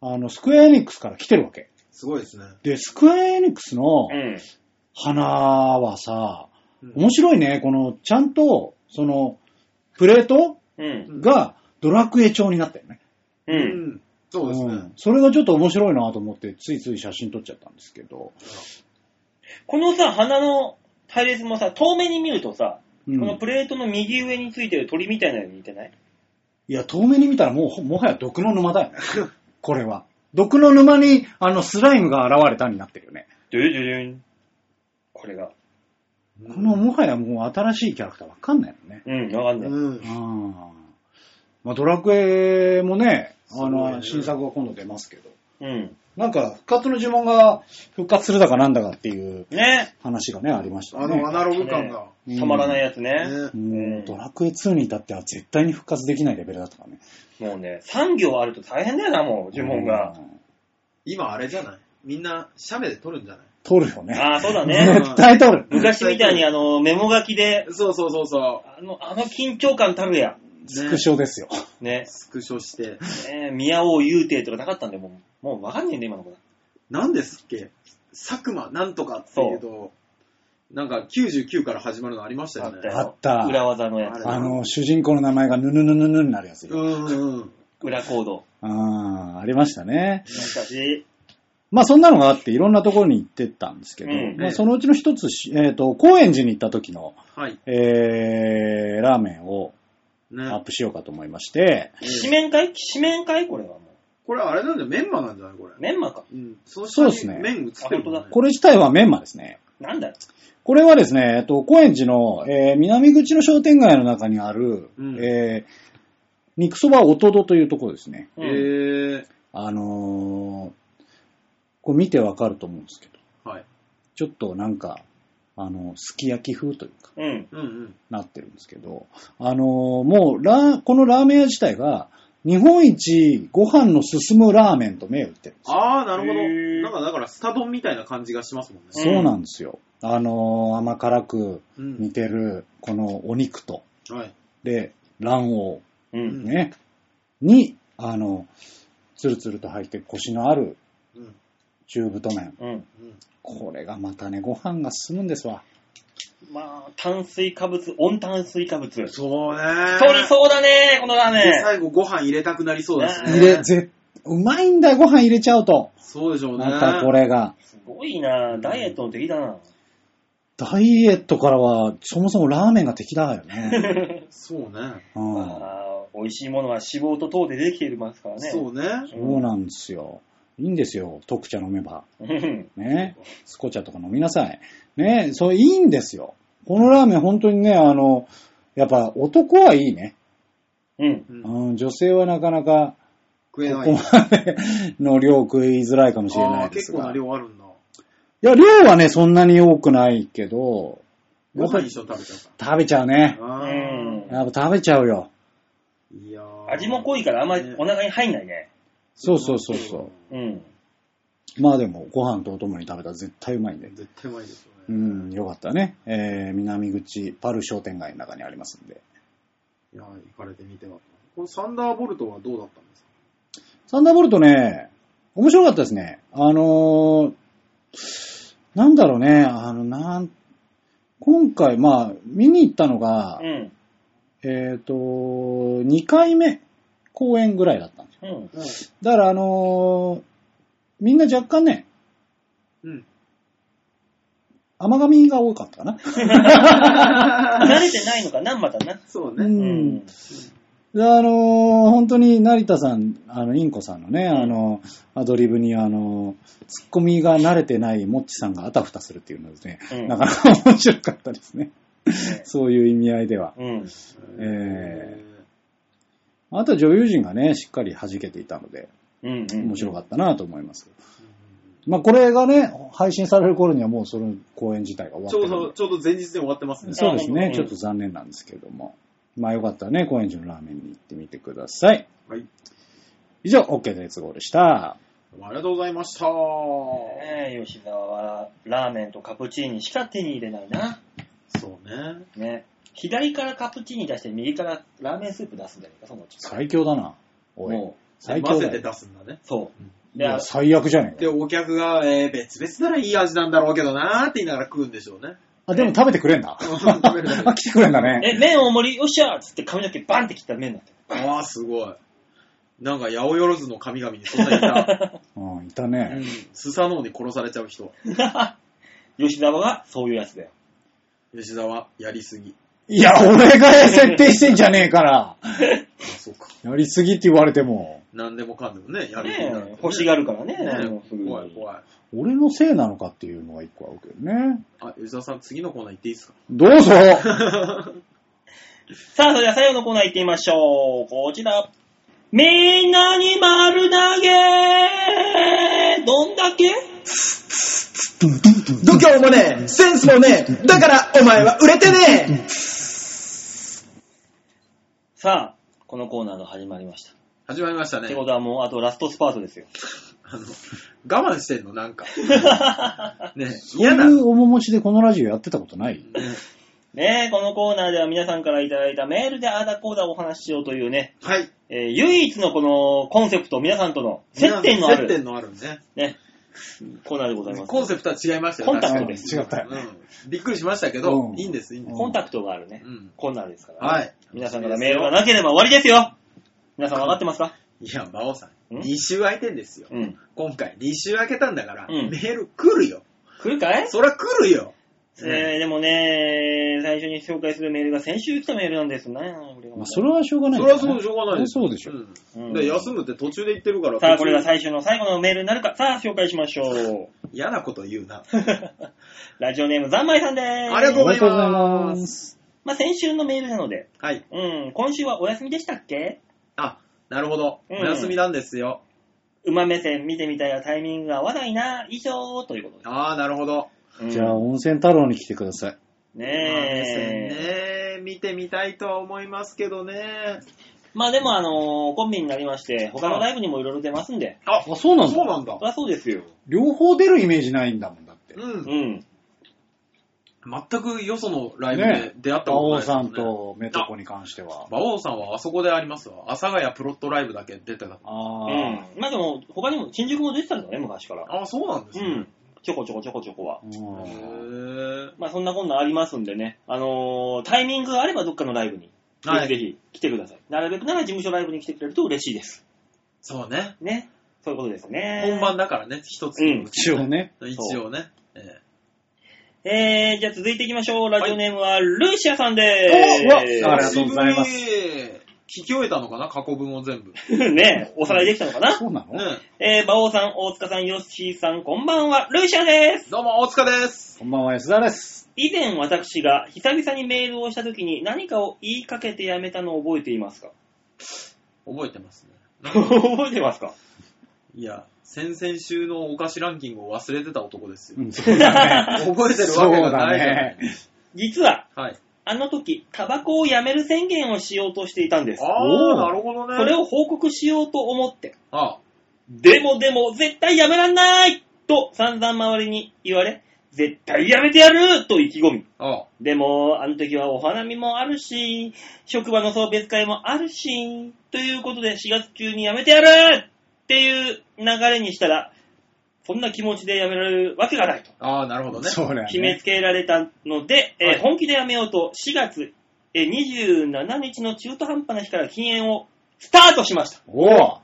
A: あの、スクエアエニックスから来てるわけ。
C: すごいですね。
A: で、スクエアエニックスの
B: うん。
A: 花はさ、
C: うん
A: 面白いね、この、ちゃんと、その、プレート
B: うん。
A: がドラクエ調になったよね。
B: う。
C: うんん。そうです
A: ん
C: ね。
A: それがちょっと面白いなと思って、ついつい写真撮っちゃったんですけど。
B: このさ、花の配列もさ、遠目に見るとさ、
A: うん
B: このプレートの右上についてる鳥みたいなのに似てない
A: いや、遠目に見たらもうほ、もはや毒の沼だよね。 これは。毒の沼に、あの、スライムが現れたになってるよね。
B: ドゥドゥドゥン。これが。
C: うん
A: この、もはやもう新しいキャラクターわかんないもんね。
B: うん、わかんない。
C: うん
A: あ。ーまあ、ドラクエもね、あ
C: すごい
A: の、
C: ね
A: 新作が今度出ますけど。
B: うん。
A: なんか、復活の呪文が復活するだかなんだかっていう
B: ね
A: 話がね、ありました
C: あ
A: ね。
C: のアナログ感が。
A: うん
B: たまらないやつね。
C: ね
A: もう、ドラクエ2に至っては絶対に復活できないレベルだったからね。
B: もうね、3行あると大変だよな、もう、呪文が。
A: うん。
C: 今あれじゃないみんな、写メで撮るんじゃない
A: 取るよね。
B: ああ、そうだね。
A: 絶対取る。
B: 昔みたいにあの、メモ書きで、
C: そうそうそうそ
B: あの、あの緊張感たるや。
C: う。
A: スクシ
C: ョ。
A: ョですよ。
B: ね。
C: スクショして。
B: ね宮王雄帝とかなかったんで、もう、もうわかんねえんだよ、今のこと。
C: 何ですっけ佐久間なんとかっていうと、なんか99から始まるのありましたよ
B: あった
C: ね。
B: よ。
A: あった
B: 裏技のやつ。
A: あの、主人公の名前がヌヌヌヌヌになるやつ
C: う
A: よ。
C: んうん。
B: 裏コード。
A: ああ、ありましたね。
B: 懐かしい。
A: まあそんなのがあっていろんなところに行ってったんですけど、
B: うん
A: まあ、そのうちの一つし、えっ、と、高円寺に行った時の、
C: はい。
A: えー、ラーメンをアッ
C: ね。
A: プしようかと思いまして、
B: 四面会四面会これはも
C: これあれなんだよ、メンマなんじゃないこれ
B: う。。メンマか。
C: うん。その
A: そう
C: 下
A: ですね
C: に麺映ってるもんね
B: あ本
A: これ自体はメンマですね。
B: なんだよ。
A: これはですね、えっと、高円寺の、えー南口の商店街の中にある、
C: うん
A: えー肉そばおとどというところですね。
B: うん
C: え
A: あのーこれ見てわかると思うんですけど、
C: ー。はい。
A: ちょっとなんか、あの、すき焼き風というか、
B: うん。
C: うんうん。
A: なってるんですけど、あのーもうラー、このラーメン屋自体が、日本一ご飯の進むラーメンと銘打ってるんですよ。
C: あー、な
B: へー
C: るほど。なんかだから、スタ丼みたいな感じがしますもんね。
A: そうなんですよ。あのー甘辛く
C: う
A: 煮
C: ん。
A: てる、このお肉と、
C: はい。
A: で、卵
B: う
A: 黄
B: ん。
A: ね、に、あの、つるつると入ってコシのある
C: うん。
A: 中太麺。
B: うん。
C: うん。
A: これがまたね、ご飯が進むんですわ。
B: まあ、炭水化物、温炭水化物。そ
C: そうね
B: りそうだね、このラー
C: で
B: メン。
C: 最後ご飯入れたくなりそうですね。
A: 入れ、ぜ、うまいんだよ、ご飯入れちゃうと。
C: そうでしょうね。
A: またこれが。
B: すごいなダイエットの敵だな。
A: ダイエットからは、そもそもラーメンが敵だ よね。
C: そうね。
A: うん
B: まあ、美味しいものは脂肪と糖でできていますからね。
C: そうね。
A: そうなんですよ。いいんですよ、特茶飲めば。
B: うん。
A: ね。スコチャとか飲みなさい。ね。そう、いいんですよ。このラーメン本当にね、あの、やっぱ男はいいね。
B: うん。
C: うん
A: うん、女性はなかなか、
C: 食え
A: こ
C: な
A: こ
C: い。
A: までの量食いづらいかもしれ
C: あ
A: な
C: あ
A: い
C: ー、
A: で
C: 結
A: す
C: 構な
A: が。い
C: 量あるんだ。
A: や、量はね、そんなに多くないけど、や
C: ご
A: っぱ
C: 飯
A: り
C: 一緒に食べちゃった。
A: 食べちゃうね。
C: あ
B: うん
A: やっぱ食べちゃうよ。
C: ーいやー
B: 味も濃いからあんまりお腹に入んないね。
A: そうそうそうそ
B: うん。
A: う。まあでも、ご飯とお供に食べたら絶対うまいんで。
C: 絶対うまいですよ
A: う
C: ね。
A: ん、よかったね。えー、南口パル商店街の中にありますんで。
C: いやー行かれてみては。このサンダーボルトはどうだったんですか
A: サンダーボルトね、面白かったですね。あのー、なんだろうね、あの、なん、今回、まあ、見に行ったのが
B: う、ん。
A: えっ、と、2回目公演ぐらいだったんです
B: う
A: よ。
B: ん。
A: だから、あのーみんな若干ね、
C: うん。
A: 甘髪が多かったかな。
B: 慣れてないのかな、またな。
C: そう
A: う
C: ね。
A: ん。で、あのー本当に成田さん、あの、インコさんのね、あの、アドリブに、あの、ツッコミが慣れてないモッチさんがあたふたするっていうのはですね、
B: うん
A: なかなか面白かったですね。 そういう意味合いでは。
B: うん。
A: えあとは女優陣がね、しっかり弾けていたので、
B: うん。
A: 面白
B: かっ
A: かったなと思います。まあ、これがね、配信される頃にはもうその公演自体が終わ
C: ち
A: って
C: ょ
A: る
C: うん
A: で
C: ど、ちょうど前日で終わってますね。
A: そうです
B: う
A: ね
B: ん。
A: ちょっと残念なんですけども。まあよかったらね、高円寺のラーメンに行ってみてください。
C: はい。
A: 以上、OK です。ゴールでした。
C: ありがとうございました。
B: ねえ、吉沢はラーメンとカプチーニしか手に入れないな。
C: そうね。
B: ね。左からカプチーニ出して、右からラーメンスープ出すんだよ、そのうち。
A: 最強だな。おい。
B: も
A: 最強
C: 混ぜ
A: だ
C: て
A: よ。
C: 出すんだね。
B: う、そうう。
A: んい
B: で、
A: や最悪じゃねえ
C: で、
A: か。
C: お客が、えー、別々ならいい味なんだろうけどなーって言いながら食うんでしょうね。
A: あ、でも食べてくれんだ。
C: 食べるだけ
A: あ、来てくれんだね。
B: え、麺大盛り、よっしゃーっつって髪の毛バンって切ったら麺だった。
C: ああ、すごい。なんか、八百万の神々にそんなにいた。
A: うん、いた
C: うん
A: ね。。
C: スサノオに殺されちゃう人。
B: 吉沢がそういうやつ だよ。
C: 吉沢、やりすぎ。
A: いや、俺が設定してんじゃねえから。
C: あそうか。
A: やりすぎって言われても、
C: 何でもかんでもね、やりすぎ
B: ね
C: な
B: え、欲しがるからね、もうすぐに
C: 怖い怖い。
A: 俺のせいなのかっていうのが一個あるけどね。
C: あ、吉沢さん、次のコーナー行っていいですか
A: どうぞ
B: さあ、それでは最後のコーナー行ってみましょう。こちら。みんなに丸投げどんだけ
H: 度胸もねえ、センスもねえ、だからお前は売れてね
B: さあ、このコーナーが始まりました。
C: 始まりました
B: って
C: ね
B: こ。とはもう、あとラストスパートですよ。
C: あの、我慢してんの、なん か。ね
A: そう
C: 嫌
A: い
C: な。
A: う面持ちでこのラジオやってたことない
C: ね
B: ねえ、このコーナーでは皆さんからいただいたメールであーだこーだお話ししようというね、
C: はい。
B: えー唯一のこのコンセプト、皆さんとの接点のあ
C: 接点
B: る、
C: のあるね。
B: ね、コーナーでございます。
C: コンセプトは違いましたよ
B: コンタク
C: 確か
B: ト
C: に
A: です違ったよね
C: うんびっくりしましたけど
A: う、ん
C: いいんです、いいんです。
B: コンタクトがあるね、
C: うん
B: コーナーですから、
C: はい。
B: 皆さんからメールがなければ終わりですよ皆さん分かってますか
C: いや、馬王さん、
B: ん
C: 2週空いてんですよ。
B: うん。
C: 今回、2週空けたんだから、
B: うん
C: メール来るよ。
B: 来るかい
C: そりゃ来るよ。
B: えー、でもね、最初に紹介するメールが先週来たメールなんですね。俺が
A: まあ、それはしょうがない
C: そり
A: よ
C: ゃ
A: ね、
C: そうでしょうがない
A: そうでしょ
C: ん
B: うん
C: で休むって途中で言ってるから。
B: さあ、
C: 途
B: こ
C: 中
B: れが最終の最後のメールになるか。さあ、紹介しましょう。
C: 嫌なこと言うな。
B: ラジオネーム、ざんまいさんです。
C: ありがとうござい
A: ありがとうござい
C: ま。
A: ます
B: まあ、先週のメールなので、
C: はい。
B: うん、今週はお休みでしたっけ
C: あ、なるほど。お
B: うん
C: 休みなんですよ。
B: 馬目線見てみたいがタイミングが合わないな、以上、ということ
C: ああ、なるほど。
B: で。うん
A: じゃあ、温泉太郎に来てください。
C: 目線
B: ねえ。
C: ね、見てみたいとは思いますけどね。
B: まあでも、あのーコンビになりまして、他のライブにもいろいろ出ますんで、
C: あ
A: あ、そうなん
C: そう
A: だ。
C: なんだ
B: そ。りゃそうですよ。
A: 両方出るイメージないんだもんだって。
C: うん
B: う。ん。
C: 全くよそのライブで出会ったことない
A: 馬王
C: ですね
A: さん。とメトコに関しては。
C: 馬王さんはあそこでありますわ。阿佐ヶ谷プロットライブだけ出てた。
B: う
A: あ
B: ん
A: ー。。
B: まあでも、他にも、新宿も出てたんだね、昔から。
C: ああ、そうなんです
B: う
C: ね。
B: ん。ちょこちょこちょこちょこは。
A: うん
C: へえ。
B: まあそんなこんなありますんでね、あのータイミングがあればどっかのライブに、ぜ
C: はい
B: ひぜひ来てください。なるべくなら事務所ライブに来てくれると嬉しいです。
C: そうね。
B: ね。そういうことですね。
C: 本番だからね、一つ。
B: うん
A: 一応ね。
C: 一応ね。ええ
B: えー、じゃあ続いていきましょう。ラジオネームはルーシアさんで
A: おうわありが
B: ー
A: とうございます
C: 久しぶり。聞き終えたのかな過去文を全部。ね
B: す。 ねおさらいできたのかな
A: そうなの、
B: えー、馬王さん、大塚さん、ヨッシーさん、こんばんは、ルーシアです
C: どうも、大塚です。
A: こんばんは、安田です。
B: 以前私が久々にメールをした時に何かを言いかけてやめたのを覚えていますか
C: 覚えてますね。
B: 覚えてます か
C: いや、先々週のお菓子ランキングを忘れてた男ですよ。
A: うん、そうだね。
C: 覚えてるわけがないじゃない。
B: 実は、
C: はい。
B: あの時、タバコをやめる宣言をしようとしていたんです。
C: あ
A: お
C: あ、
A: う
C: なるほどね。
B: それを報告しようと思って、
C: ああ
B: でもでも絶対やめらんないと散々周りに言われ、絶対やめてやると意気込み。
C: ああ、
B: でも、あの時はお花見もあるし、職場の送別会もあるし、ということで4月中にやめてやるっていう流れにしたら、そんな気持ちでやめられるわけがないと。
C: ああ、なるほどね。
A: そうだよ
B: 決め
A: ね。
B: つけられたので、えー
C: はい
B: 本気でやめようと4月えー27日の中途半端な日から禁煙をスタートしました。
A: おぉ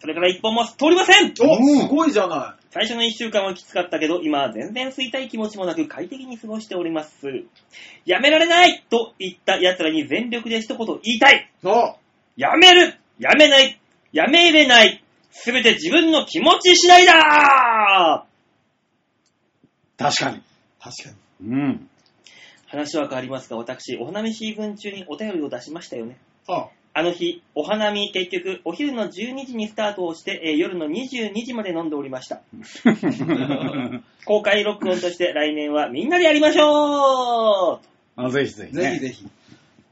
B: それから一本も通りません
C: お、
A: うん
C: すごいじゃな
B: 最初の1週間はきつかったけど、今は全然吸いたい気持ちもなく快適に過ごしております。やめられないと言った奴らに全力で一言言いたい
C: い。あ
B: やめるやめないやめれないすべて自分の気持ち次第だ
A: 確かに。
C: 確かに。
A: うん。
B: 話は変わりますが、私、お花見シーズン中にお便りを出しましたよね。
C: あ
B: あの日、お花見結局、お昼の12時にスタートをして、えー夜の22時まで飲んでおりました。公開録音として来年はみんなでやりましょう
A: あぜひぜひ、ね。
C: ぜひぜひ。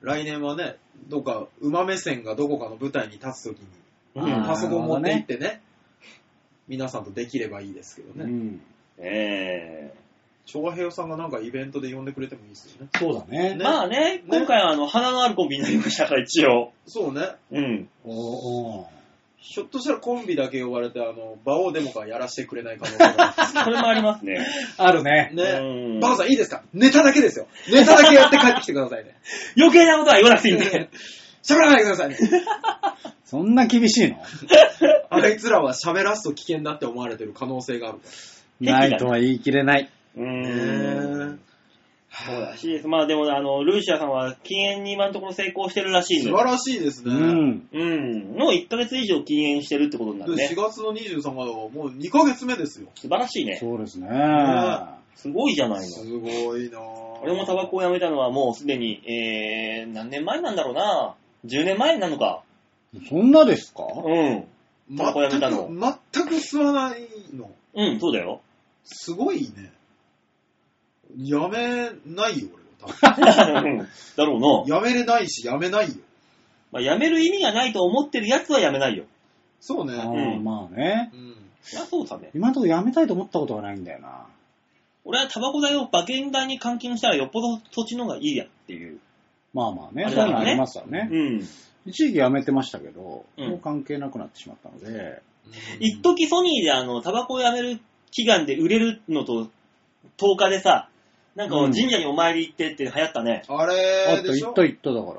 C: 来年はね、どっか、馬目線がどこかの舞台に立つときに、
A: うん
C: パソコン持って行ってね、皆さんとできればいいですけど
A: う
C: ね。
A: ん。
B: え
C: 長平さんがなんかイベントで呼んでくれてもいいですよね。
A: そうだね。
B: えまあね、今回はあの、花のあるコンビになりましたから、一応。
C: そうね。
B: うん。
A: おーおー
C: ひょっとしたらコンビだけ呼ばれて、あの、馬王デモがやらせてくれない可能性があ
B: それもありますね。
A: あるね
C: る。。 ね
B: うん
C: 馬王さんいいですかネタだけですよ。ネタだけやって帰ってきてくださいね。
B: 余計なことは言わなくていいんで。
C: 喋らないでくだ さいね。
A: そんな厳しいの
C: あいつらは喋らすと危険だって思われてる可能性があるか
A: ないとは言い切れない。
B: う
C: ら。
B: ん。
C: ね
B: そうらしいです。まあでも、あの、ルーシアさんは禁煙に今のところ成功してるらしいんで
C: 素。晴らしいです
A: う
C: ね。
A: ん。
B: うん。の1ヶ月以上禁煙してるってことになる
C: で4
B: ね。
C: 月の23日はもう2ヶ月目ですよ。
B: 素晴らしいね。
A: そうですね。
B: すごいじゃない
C: す
B: の。
C: ごいなぁ。
B: 俺もタバコをやめたのはもうすでに、えー、何年前なんだろうな。10年前なのか。
A: そんなですか
B: うん。タバコやめたの
C: 全く吸わないの。
B: うん、そうだ よ。
C: すごいね。やめないよ、俺は多
B: うんだろう
C: 分。
B: な。
C: やめれないし、やめないよ。
B: まあ、やめる意味がないと思ってるやつはやめないよ。
C: そう
A: あ
C: ね。
A: ー
B: うん
A: まあね。
C: うん。
B: そりゃそうだね。
A: 今のところやめたいと思ったことがないんだよな。
B: 俺はタバコ代を馬券代に換金したらよっぽどそっちの方がいいやっていう。
A: まあまあね
B: あ。れだ
A: そういう
B: ね
A: のありますよね。
B: うん。
A: 一時期やめてましたけど、
B: うん
A: もう関係なくなってしまったので、
B: 一時ソニーであの、タバコをやめる期間で売れるのと10日でさ、なんか
A: うん
B: 神社にお参り行ってって流行ったね。
C: あ
A: あ
C: れ
A: っと
C: でし
A: 行
C: ょ
A: った行っただから。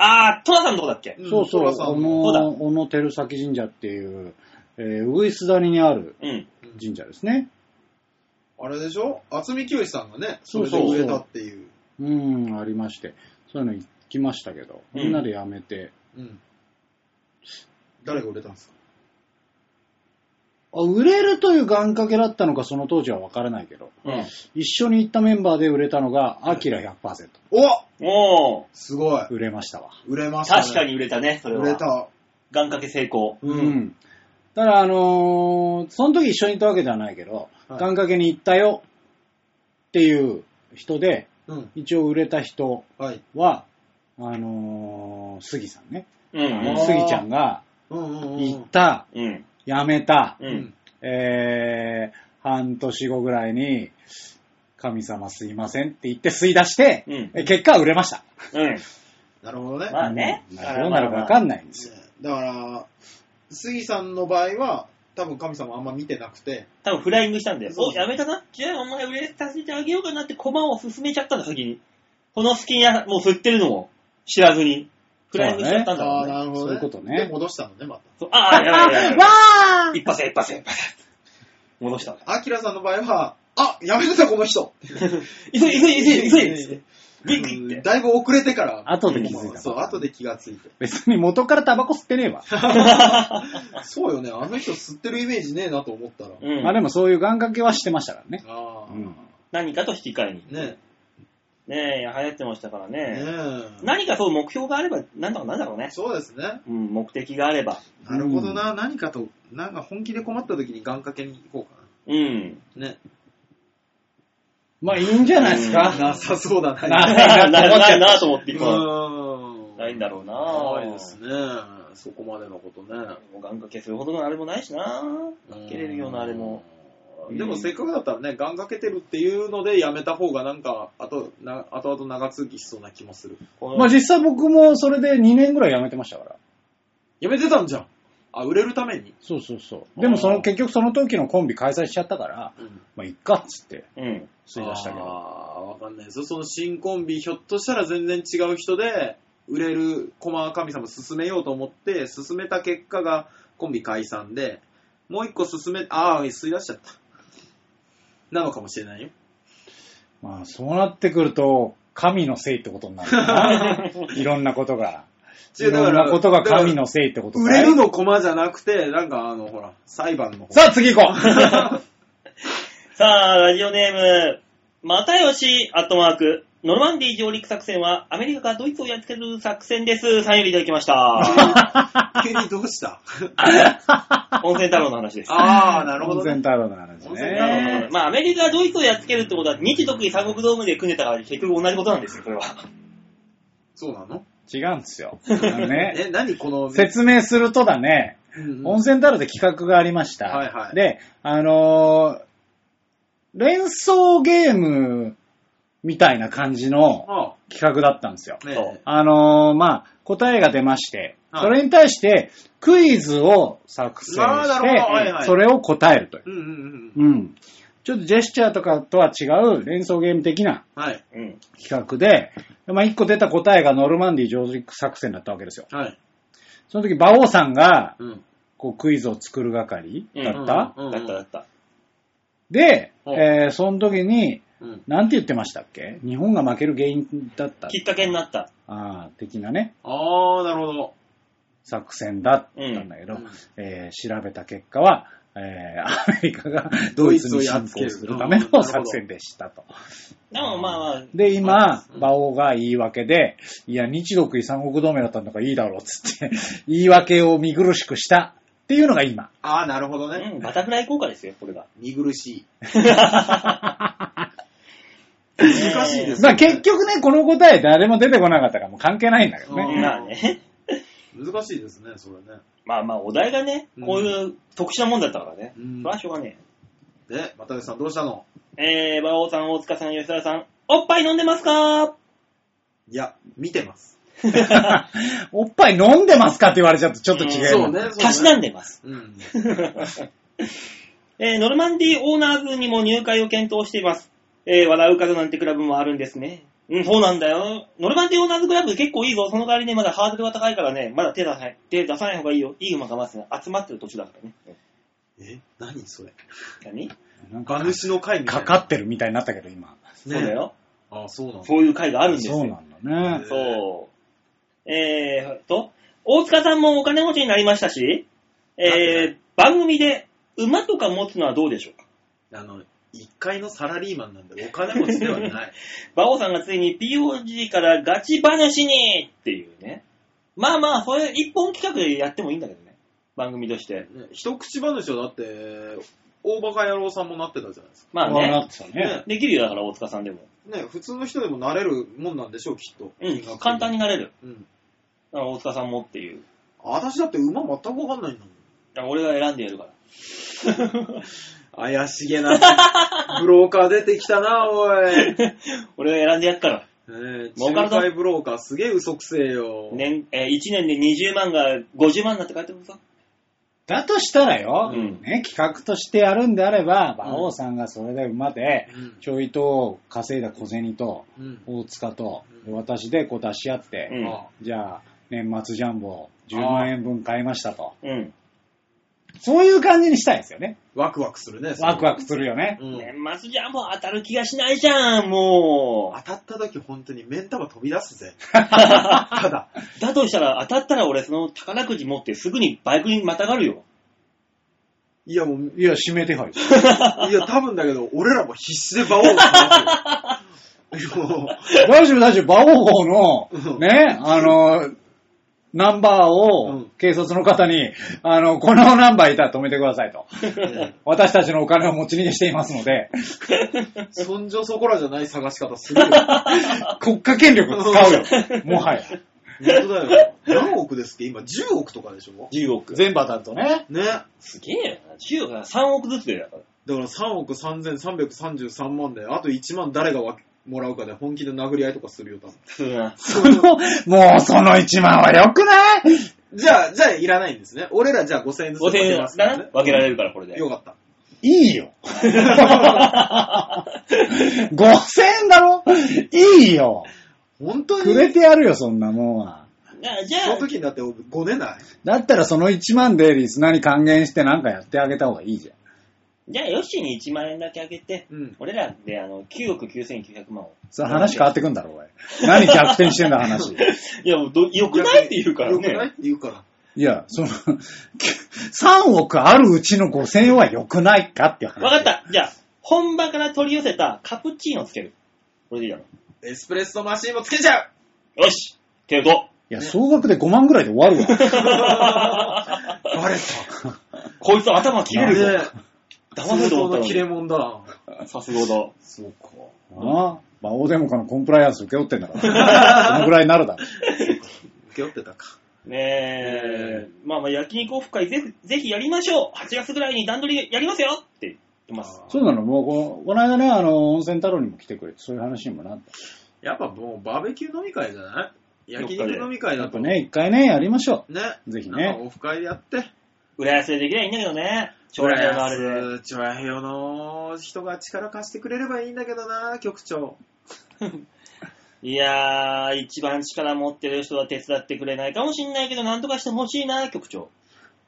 B: あー、トラさんのとこだっけ
C: ん
A: そうそう、
C: 寅さん
A: 小
C: の
B: そうだ
A: 野、小野照崎神社っていう、えー、ウグイス谷にある
B: うん。
A: 神社ですね。
C: あれでしょ渥美清さんがね、そ
A: そう
C: れ
A: そう
C: で植えたっていう。
A: うん、ありまして。そういうの行きましたけど、
B: うん
A: みんなでやめて、
C: うん。誰が売れたんですか
A: あ売れるという願掛けだったのか、その当時は分からないけど、
B: うん。
A: 一緒に行ったメンバーで売れたのが、アキラ100%。
C: お
B: おー、
C: すごい。
A: 売れましたわ。
C: 売れました、ね。
B: 確かに売れたね、それは。
C: 売れた。
B: 願掛け成功。
A: う
C: うん
A: ん。ただ、あのーその時一緒に行ったわけではないけど、
C: はい
A: 願掛けに行ったよっていう人で、
C: うん。
A: 一応売れた人
C: はい。
A: は、あのー、杉さんね。
B: うん
A: あ
B: う
A: の
B: ん。
C: あー
A: 杉ちゃんが、
C: うんうんうん。
A: 行った、
B: うん。
A: やめた、
B: う
C: うんん。
A: えー、半年後ぐらいに、神様すいませんって言って吸い出して、
B: うん
A: え結果は売れました。
B: うん。
C: なるほどね。
B: まあね
A: うんどうなるかわかんないんですよ。
C: だから、杉さんの場合は、多分神様あんま見てなくて、
B: 多分フライングしたんだよ。
C: そう
B: お、やめたな。じゃあお前売れさせてあげようかなって駒を進めちゃったんだ、先に。このスキンや、もう振ってるのも知らずに。フライングしちゃったんだろうね。
C: なる
A: そういうことね
C: で、戻したのね、ま
B: そうあー、やばいやばいやばい。
A: わ
B: 一発や一発や一発や戻した。
C: た。アキラさんの場合は、あ、やめてた、この人
B: 急い急い急 い急い急いビッグ
C: う
B: っ
C: ん
B: て。
C: だいぶ遅れてから、
A: 後で気づいた。
C: そう、後で気がついて。
A: 別に元からタバコ吸ってねえわ。
C: そうよね、あの人吸ってるイメージねえなと思ったら。
B: うん
A: まあでもそういう願掛けはしてましたからね。
C: ああ、
A: うん
B: 何かと引き換えに。
C: ね
B: ねえ、流行ってましたから
C: え、ね
B: ね。
C: え。
B: 何かそう目標があれば、なんとかなんだろうね。
C: そうですね。
B: うん、目的があれば。
C: なるほどな、何かと、なんか本気で困った時に願掛けに行こうか
B: うん。
C: な。ね。
A: まあいいんじゃないですか。
C: なさそうだ
A: な
C: な。
B: ないないなと思って
C: う
B: 今。
C: ーん。
B: ないんだろうな
C: ないですね。そこまでのことね。
B: 願掛けするほどのあれもないしな。蹴れるようなあれも。
C: うん。でもせっかくだったらね、ガンかけてるっていうのでやめた方がなんか、あと、な、あと長続きしそうな気もする。
B: こ
A: まあ
B: の
A: 実際僕もそれで2年ぐらいやめてましたから。
C: やめてたんじゃん。あ、売れるために。
A: そうそうそう。でもそ
B: あ
A: の
B: ー
A: 結局その時のコンビ解散しちゃったから、
C: うん。
A: まあいっかっつって
B: うん。
A: 吸い出したけど。
C: あーわかんないですよ。その新コンビ、ひょっとしたら全然違う人で、売れる駒神様進めようと思って、進めた結果がコンビ解散で、もう一個進め、ああ、吸い出しちゃった。なのかもしれないよ。
A: まあそうなってくると、神のせいってことにな るな。いろんなことが。い
C: 違うだ
A: ろ
C: か
A: ん
C: ら
A: なことが神のせいってこと
C: 売
A: かい
C: れるの駒じゃなくて、なんかあの、ほら、裁判の方。
A: さあ次行こう
B: さあ、ラジオネーム、又吉アットマーク、ノルマンディー上陸作戦はアメリカがドイツをやっつける作戦です。さんよりいただきました。
C: 急にどうした
B: 温泉太郎の話で す。
C: ああ、なるほ
A: 温
C: ど、
A: 泉
C: ね。
A: 太郎の話
C: 温泉太郎
A: ね。
B: まあ、アメリカがドイツをやっつけるってことは、日独立三国同盟で組んでたから、結局同じことなんですよ、それは。
C: そうなの
A: 違うんですよ。あのね。
C: え、何この、
A: 説明するとだね、
C: うん
A: 温泉太郎で企画がありました。
C: はいはい
A: で、あのー連想ゲームみたいな感じの
C: あ
A: 企画だったんですよ
C: あ。ね
B: そう
A: あのーまあ、答えが出まして、
C: はい
A: それに対してクイズを作成
C: あーな
A: し
C: るほどはいは
A: て、
C: い
A: それを答えるという。
C: うんうんうんうん。
A: うん。ちょっとジェスチャーとかとは違う連想ゲーム的な
C: はい。
B: うん。
A: 企画で、まあ、一個出た答えがノルマンディー上陸作戦だったわけですよ。
C: はい。
A: その時、馬王さんが、
C: うん。
A: こう、クイズを作る係だった、
C: うんうん
B: だっただった。
A: で、
C: うん
A: えー、その時に、
C: うん。
A: なんて言ってましたっけ日本が負ける原因だった。
B: きっかけになった。
A: ああ、的なね、
C: ああ、なるほど。
A: 作戦だったんだけど、
C: うんうん
A: えー調べた結果は、えーアメリカがドイツに侵攻するための作戦でしたと。
B: でもまあまあ、
A: で、今、
C: うん
A: 馬王が言い訳で、いや、日独伊三国同盟だったんだからいいだろうっつって、言い訳を見苦しくしたっていうのが今。
C: ああ、なるほどね。
B: うん、バタフライ効果ですよ、これが。
C: 見苦しい。難しいです
A: ま
C: よ
A: あ
C: ね。
A: 結局ね、この答え誰も出てこなかったからもう関係ないんだけど
C: う
A: ね。
C: ん
B: まあね。
C: 難しいですね、それね。
B: まあまあ、お題がね、こういう特殊なもんだったからね。
C: うん
B: それはしょうがね
C: で、又吉さんどうしたの
B: え。えー、馬王さん、大塚さん、吉田さん、おっぱい飲んでますか
C: いや、見てます。
A: おっぱい飲んでますかって言われちゃうとちょっと違う。
C: そうね、そうね。
B: たしなんでます。
C: うん。
B: えー、ノルマンディーオーナーズにも入会を検討しています。えー、笑う角なんてクラブもあるんですね。うん、そうなんだよ。ノルマンディーオーナーズクラブ結構いいぞ。その代わりね、まだハードルが高いからね、まだ手出さない、手出さない方がいいよ。いい馬がますね。集まってる途中だからね。
C: え、何それ。
B: 何、
A: なんか
C: 馬主の会みたい
A: か
C: な。
A: かってるみたいになったけど今。
B: そうだ。よ。
C: ああ、そうなんだ。
B: そういう会があるんですよ。
A: そうなんだね。
B: そう。えーと、大塚さんもお金持ちになりましたし、
C: なってな
B: えー、番組で馬とか持つのはどうでしょうか
C: あの、一階のサラリーマンなんでお金持ちではない。
B: 馬王さんがついに POG からガチ馬主にっていうね。まあまあ、それ一本企画でやってもいいんだけどね。番組として。
C: ね一口話はだって、大バカ野郎さんもなってたじゃないですか。
B: まあ
A: まあな
B: ね。
A: ってたね。
B: できるよ、だから大塚さんでも。
C: ね、普通の人でもなれるもんなんでしょう、きっと。
B: うん、簡単
C: に。
B: になれる。
C: うん。
B: だから大塚さんもっていう。
C: 私だって馬全くわかんないんだもん。
B: だから俺が選んでやるから。
C: 怪しげ な、ブローカー出てきたな、おい。ね
B: 俺が選んでやっから。
C: え、
B: 儲かるぞ
C: 仲介ブローカーすげえ嘘くせえよ。。
B: 年、え1年で20万が50万になって帰ってくるぞ。
A: だとしたらよ、
B: うん
A: ね、企画としてやるんであれば、馬王さんがそれで馬で、
C: うん
A: ちょいと稼いだ小銭と、
C: うん。
A: 大塚と、
C: うん
A: 私でこう出し合って、
B: うん
C: あ
A: じゃあ、年末ジャンボ10万円分買いましたと。
B: うん。
A: そういう感じにしたいですよね。
C: ワクワクするね。
A: ワクワ
C: ク。
A: クするよね。
C: うん。
B: 年末じゃもう当たる気がしないじゃん、も
C: 当たった時本当に目ん玉飛び出す ぜ。ただ、
B: う。だとしたら、当たったら俺その宝くじ持ってすぐにバイクにまたがるよ。
C: いやもう、
A: いや、指名手配です。
C: いや多分だけど、俺らも必死で馬王を探すよ。もう
A: 大丈夫、大丈夫。馬王号
C: う
A: の、
C: ん
A: ね、あの、ナンバー
C: う
A: を
C: ん
A: 警察の方に、あの、このナンバーいたら止めてくださいと。私たちのお金を持ち逃げしていますので、
C: そんじょそこらじゃない探し方するよ。
A: 国家権力を使うよ。もはや。
C: 本当だよ。何億ですっけ今10億とかでしょ
B: 10億。
A: 全部当たるとね。
C: ね。だか
B: すげえよな。10億は3億ずつでだから。
C: ら3億3333万で、あと1万誰がわもらうかで本気で殴り合いとかするよ、多分。
B: 普通な。
A: その、 もうその1万は良くない
C: じゃあ、じゃあいらないんですね。俺らじゃあ5000円ずつ
B: 5000
C: 分け
B: 円
C: ますか
B: だ
C: ら
B: な
C: ね。。
B: 分けられるから、これで。
C: よかった。
A: いいよ。5000円だろいいよ。
C: 本当
A: くれ
C: に
A: てやるよ、そんなもんは。
B: なじ
C: そ
B: ゃ
C: の時になって5年ない
A: だったらその1万でリスナーに還元してなんかやってあげた方がいいじゃん。
B: あ、じゃあ、ヨッシーに1万円だけあげて、
C: うん
B: 俺らであの9億9900万を。
A: それ話変わってくんだろ、おい。何逆転してんだ、 話。
B: いや、もうどよくないって言うから
C: よくないっ
B: ね。
C: て言うから。
A: いや、その、3億あるうちの5000円は良くないかっていう話。
B: わかっ。た。じゃあ、本場から取り寄せたカプチーノつける。これでいいだろ。
C: エスプレッソマシンもつけちゃう
B: よし手を取ろ
A: いや、総額で5万ぐらいで終わるわ。
C: バレた。
B: う こいつ頭切れるぞ。
C: ね
B: 騙せると思った
C: の
B: の
C: 切れ者だ。
B: に。さすがだ。
C: そうか。
A: ああ、バオデモカのコンプライアンス受け負ってんだから。そのぐらいになるだろ。
C: 受け負ってたか。
B: ねえ、まあまあ焼肉オフ会ぜひぜひやりましょう !8 月ぐらいに段取りやりますよって言ってます。
A: そうなのもうこの、この間ね、あの、温泉太郎にも来てくれて、そういう話にもなって。
C: やっぱもうバーベキュー飲み会じゃない焼肉飲み会
A: や
C: だ
A: っ
C: と
A: ぱ。ね、一回ね、やりましょ
C: ね。
A: ぜひね
C: なんかオフ会でやって。
B: 浦安でできりゃいいんだけどね。将来のあれで。
C: で。ちょやへよの人が力貸してくれればいいんだけどな、局長。
B: いやー、一番力持ってる人は手伝ってくれないかもしんないけど、なんとかしてほしいな、局長。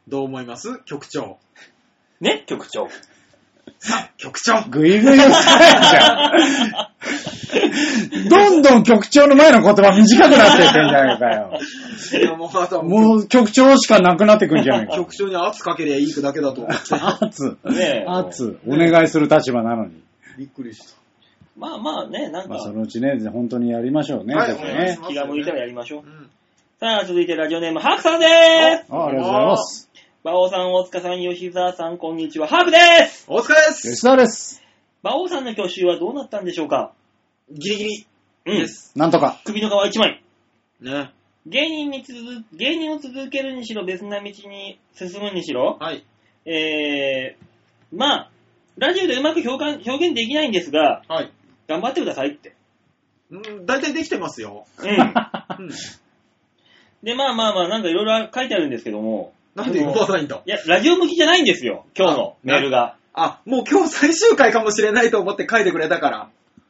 C: どう思います局長。
B: ね、局長。
C: 局長
A: う。ぐいぐい押さ えんじゃん。どんどん局長の前の言葉短くなっていくんじゃないかよ。
C: いやもうあとはもう
A: もう局長しかなくなってくんじゃないか
C: 局。長に圧かけりゃいいだけだと思って。
A: 圧、
B: ねえ
A: 圧、お願いする立場なのに。
C: びっくりした。
B: まあまあね、なん
A: ま
B: か
A: あ、そのうちね、本当にやりましょうね。
C: はい
A: ぜひ
C: お願いし
A: ね
C: ま。
B: 気が向いたらやりましょう
C: う。ん。
B: さあ、続いてラジオネーム、ハークさんでーす。
A: あありがとうございます。
B: 馬王さん、大塚さん、吉沢さん、こんにちは。ハークでーす。
C: お疲れで
A: 吉
C: す
A: 沢です。
B: 馬王さんの去就はどうなったんでしょうか
C: ギリギリ。
B: うん。
C: です。
A: なんとか。
B: 首の皮一枚。
C: ね。
B: 芸人に続、芸人を続けるにしろ、別な道に進むにしろ、
C: はい。
B: えー、まあ、ラジオでうまく表現表現できないんですが、
C: はい。
B: 頑張ってくださいって。
C: うん、大体できてます よ。
B: うん。
C: うん。
B: で、まあまあまあ、なんかいろいろ書いてあるんですけども、
C: なんで読まないんだ
B: いや、ラジオ向きじゃないんですよ、今日のメールが。
C: あ、もう今日最終回かもしれないと思って書いてくれたから。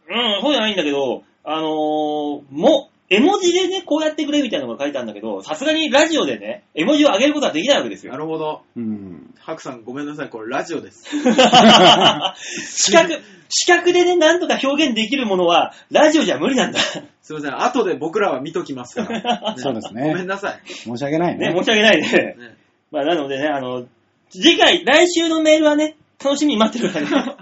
B: うん、そうじゃないんだけど、あのー、も、絵文字でね、こうやってくれみたいなのが書いてあるんだけど、さすがにラジオでね、絵文字を上げることはできないわけです
C: な
B: よ。
C: るほど。
A: うん。
C: ハクさんごめんなさい、これラジオです。
B: 視覚、視覚でね、なんとか表現できるものは、ラジオじゃ無理なんだ。
C: すいません、後で僕らは見ときます から。
A: そうですね
C: ごめんなさい。
A: 申し訳ない
B: ね、
A: ね。
B: 申し訳ないね。
C: ね
B: まあ、なのでね、あの、次回、来週のメールはね、楽しみに待ってるからね。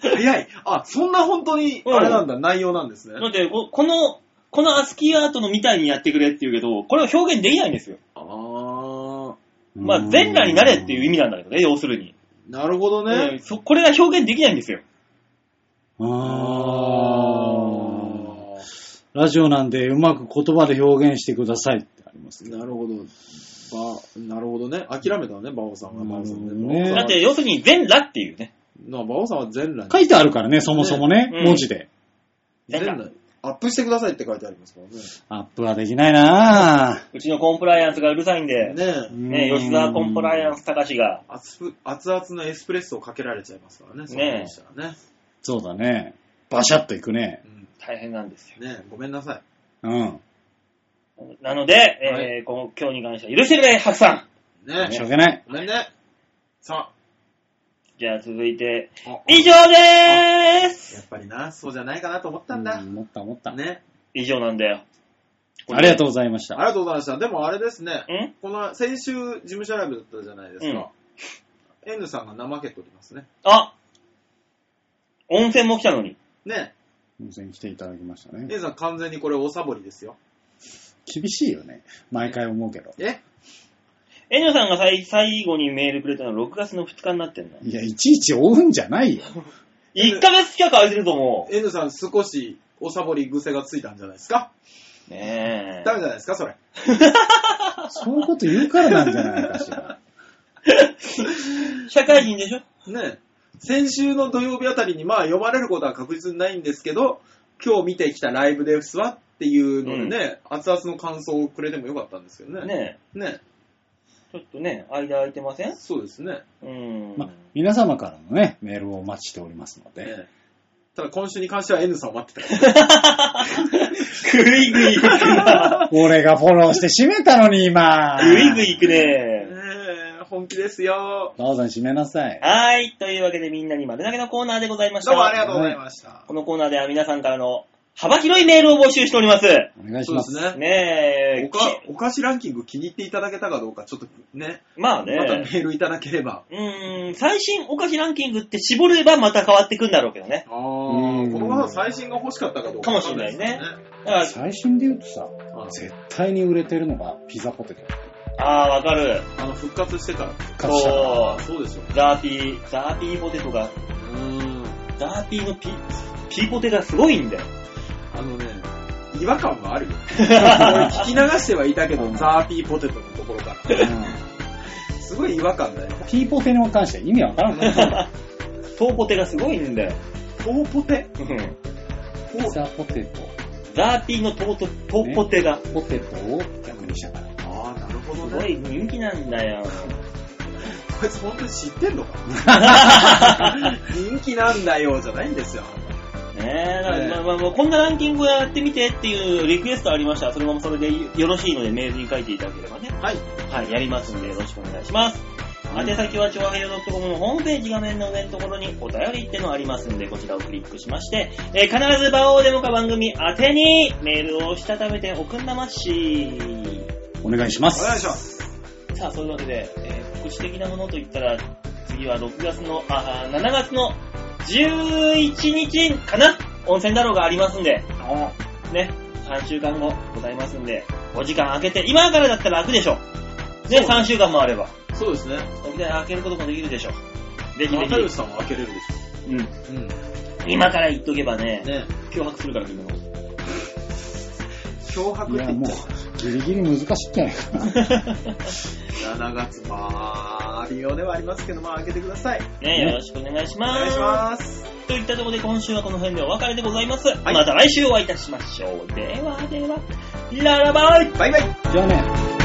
C: 早い。あ、そんな本当に、あれなんだ、内容なんですね
B: だ。ってこ、この、このアスキーアートのみたいにやってくれって言うけど、これを表現できないんですよ。
C: あー、
A: うん
B: まあ、全裸になれっていう意味なんだけどね、要するに。
C: なるほどね。
B: うんそこれが表現できないんですよ。
A: あー。ラジオなんでうまく言葉で表現してくださいってありますけど。
C: なるほど。ば、なるほどね。諦めたね、バオさんが。
A: な
C: バオ
A: るほ
C: さ
A: ど
C: ん
A: ね
C: ね。
B: だって、、要するに全裸っていうね。
C: な、バオさんは全裸
A: 書いてあるからね、そもそもね、
B: うん
A: 文字で。
C: に。全裸。アップしてくださいって書いてありますからね。
A: アップはできないなぁ。
B: うちのコンプライアンスがうるさいんで、ね
C: ねえ。
A: うん
B: 吉沢コンプライアンス高志が、
C: 熱ぷ熱々のエスプレッソをかけられちゃいますからね、そう
B: ねえ
C: でしたらね。
A: そうだね。バシャッといくね。
C: うん
B: 大変なんですよ。
C: ねえ、ごめんなさい。
A: うん。
B: なので、えーこの今日に関しては許してくれ、白さん。
C: ね
A: 申し
C: え、
A: 訳ない。
C: ごめんね。さ
B: じゃあ続いて、
C: あ、あ
B: 以上でーす
C: やっぱりな、そうじゃないかなと思ったんだ
A: う。ん思った思った。
C: ね。
B: 以上なんだよ。
A: ありがと
B: う。
A: うございまし
C: あ
A: た。
C: りがとうございました。でもあれですね。
B: ん
C: この先週事務所ライブだったじゃないですか、N さんが怠けておりますね
B: あ温泉も来たのに。
C: ね
A: 温泉来ていただきました
C: え
A: ね。
C: N さん完全にこれおサボりですよ
A: 厳しいよね。毎回思うけど。
C: え
B: エニョさんが最最後にメールくれたのは6月の2日になってんの。
A: いや、いちいち追うんじゃないよ。
B: 1ヶ月近く空いてると思
C: N さん少しおサボり癖がついたんじゃないですか
B: う。ねえ。
C: ダメじゃないですかそれ
A: そういうこと言うからなんじゃないかしら。
B: 社会人でしょ
C: ねえ先週の土曜日あたりにまあ読まれることは確実にないんですけど今日見てきたライブですわっていうのでね、熱々の感想をくれてもよかったんですけどね
B: ね
C: ね
B: え。ちょっとね、間空いてません
C: えそうですね
B: うーん。
A: まあ、皆様からのね、メールをお待ちしておりますので。
C: ねえただ今週に関しては N さんを待ってた
B: ぐいぐい行くな。
A: 俺がフォローして閉めたのに今。
B: ぐいぐい行くね。
C: ねえ本気ですよ
A: どうぞ閉めなさい。
B: はーい。というわけでみんなに丸投げのコーナーでございました。
C: どうもありがとうございました。
B: このコーナーでは皆さんからの幅広いメールを募集しております。
A: お願いし
C: そう
A: ま。
C: ですすね。
B: ねえ。
C: おか、お菓子ランキング気に入っていただけたかどうか、ちょっとね、
B: まあ
C: またメ
B: ね。
C: ールいただければ。
B: うーん、最新お菓子ランキングって絞ればまた変わってくんだろうけどね。
C: ああ、このまま最新が欲しかったかどうか。
B: かもしれないねだから
A: 最新で言うとさ、
C: あ
A: 絶対に売れてるのがピザポテト。
B: あー、わかる。
C: あの、復活してから。
A: 復活したから
B: そ
C: そうでしょう。
B: う。ザーピー、ザーピーポテトが、
C: うーん。
B: ザーピーのピ、ピーポテがすごいんだよ。
C: あのね、違和感はあ るよ。俺聞き流してはいたけど、ザーピーポテトのところから。すごい違和感だよ。
A: ピーポテに関しては意味わからんね。
B: トーポテがすごいんだよ。
C: トーポテ
B: うん
A: ピザポテト。
B: ザーピーのトート、トーポテが。
A: ポテトを逆にしたから。
C: ああ、なるほ
B: す
C: ど
B: ご
C: ね。
B: い人気なんだよ。
C: こいつ本当に知ってんの か人気なんだよ、じゃないんですよ。
B: ねえ、だから
C: ねえ
B: まあまあまあこんなランキングをやってみてっていうリクエストありましたら、それもそれでよろしいのでメールに書いていただければね。
C: はい。
B: はい、やりますんでよろしくお願いします。
C: はい
B: 宛先は、ちょわへよ .com のホームページ画面の上のところにお便りってのありますんで、こちらをクリックしまして、えー必ず場をデモか番組宛てにメールをしたためておくんなまっし。
A: お願いしま
C: お
A: す。
C: 願いします。
B: さあ、そういうわけで、えー告知的なものといったら、次は6月の、あー、7月の11日かな温泉だろうがありますんで、ね、3週間後ございますんで、お時間空けて、今からだったら空くでしょ。ね、3週間もあれば。
C: そうですね。
B: 沖縄開けることもできるでしょ。できでき
C: 又吉さんは開けれるでし
B: うん。
C: ょ。うん。
B: 今から言っとけばね、
C: ね
B: 脅迫するからみんなも。
C: 脅迫っ
A: い
C: て
A: や、
C: 言っ
A: も
C: ちゃ
A: う、ギリギリ難しいんじゃないかな。
C: う7月、まあ、微妙ではありますけど、まあ、開けてください。
B: ね、よろしくお願いし
C: お
B: ます。
C: 願いします。
B: といったところで今週はこの辺でお別れでございます。
C: い
B: また来週お会いいたしましょう。ではでは、ララバイ
C: バイバイ
A: じゃあね。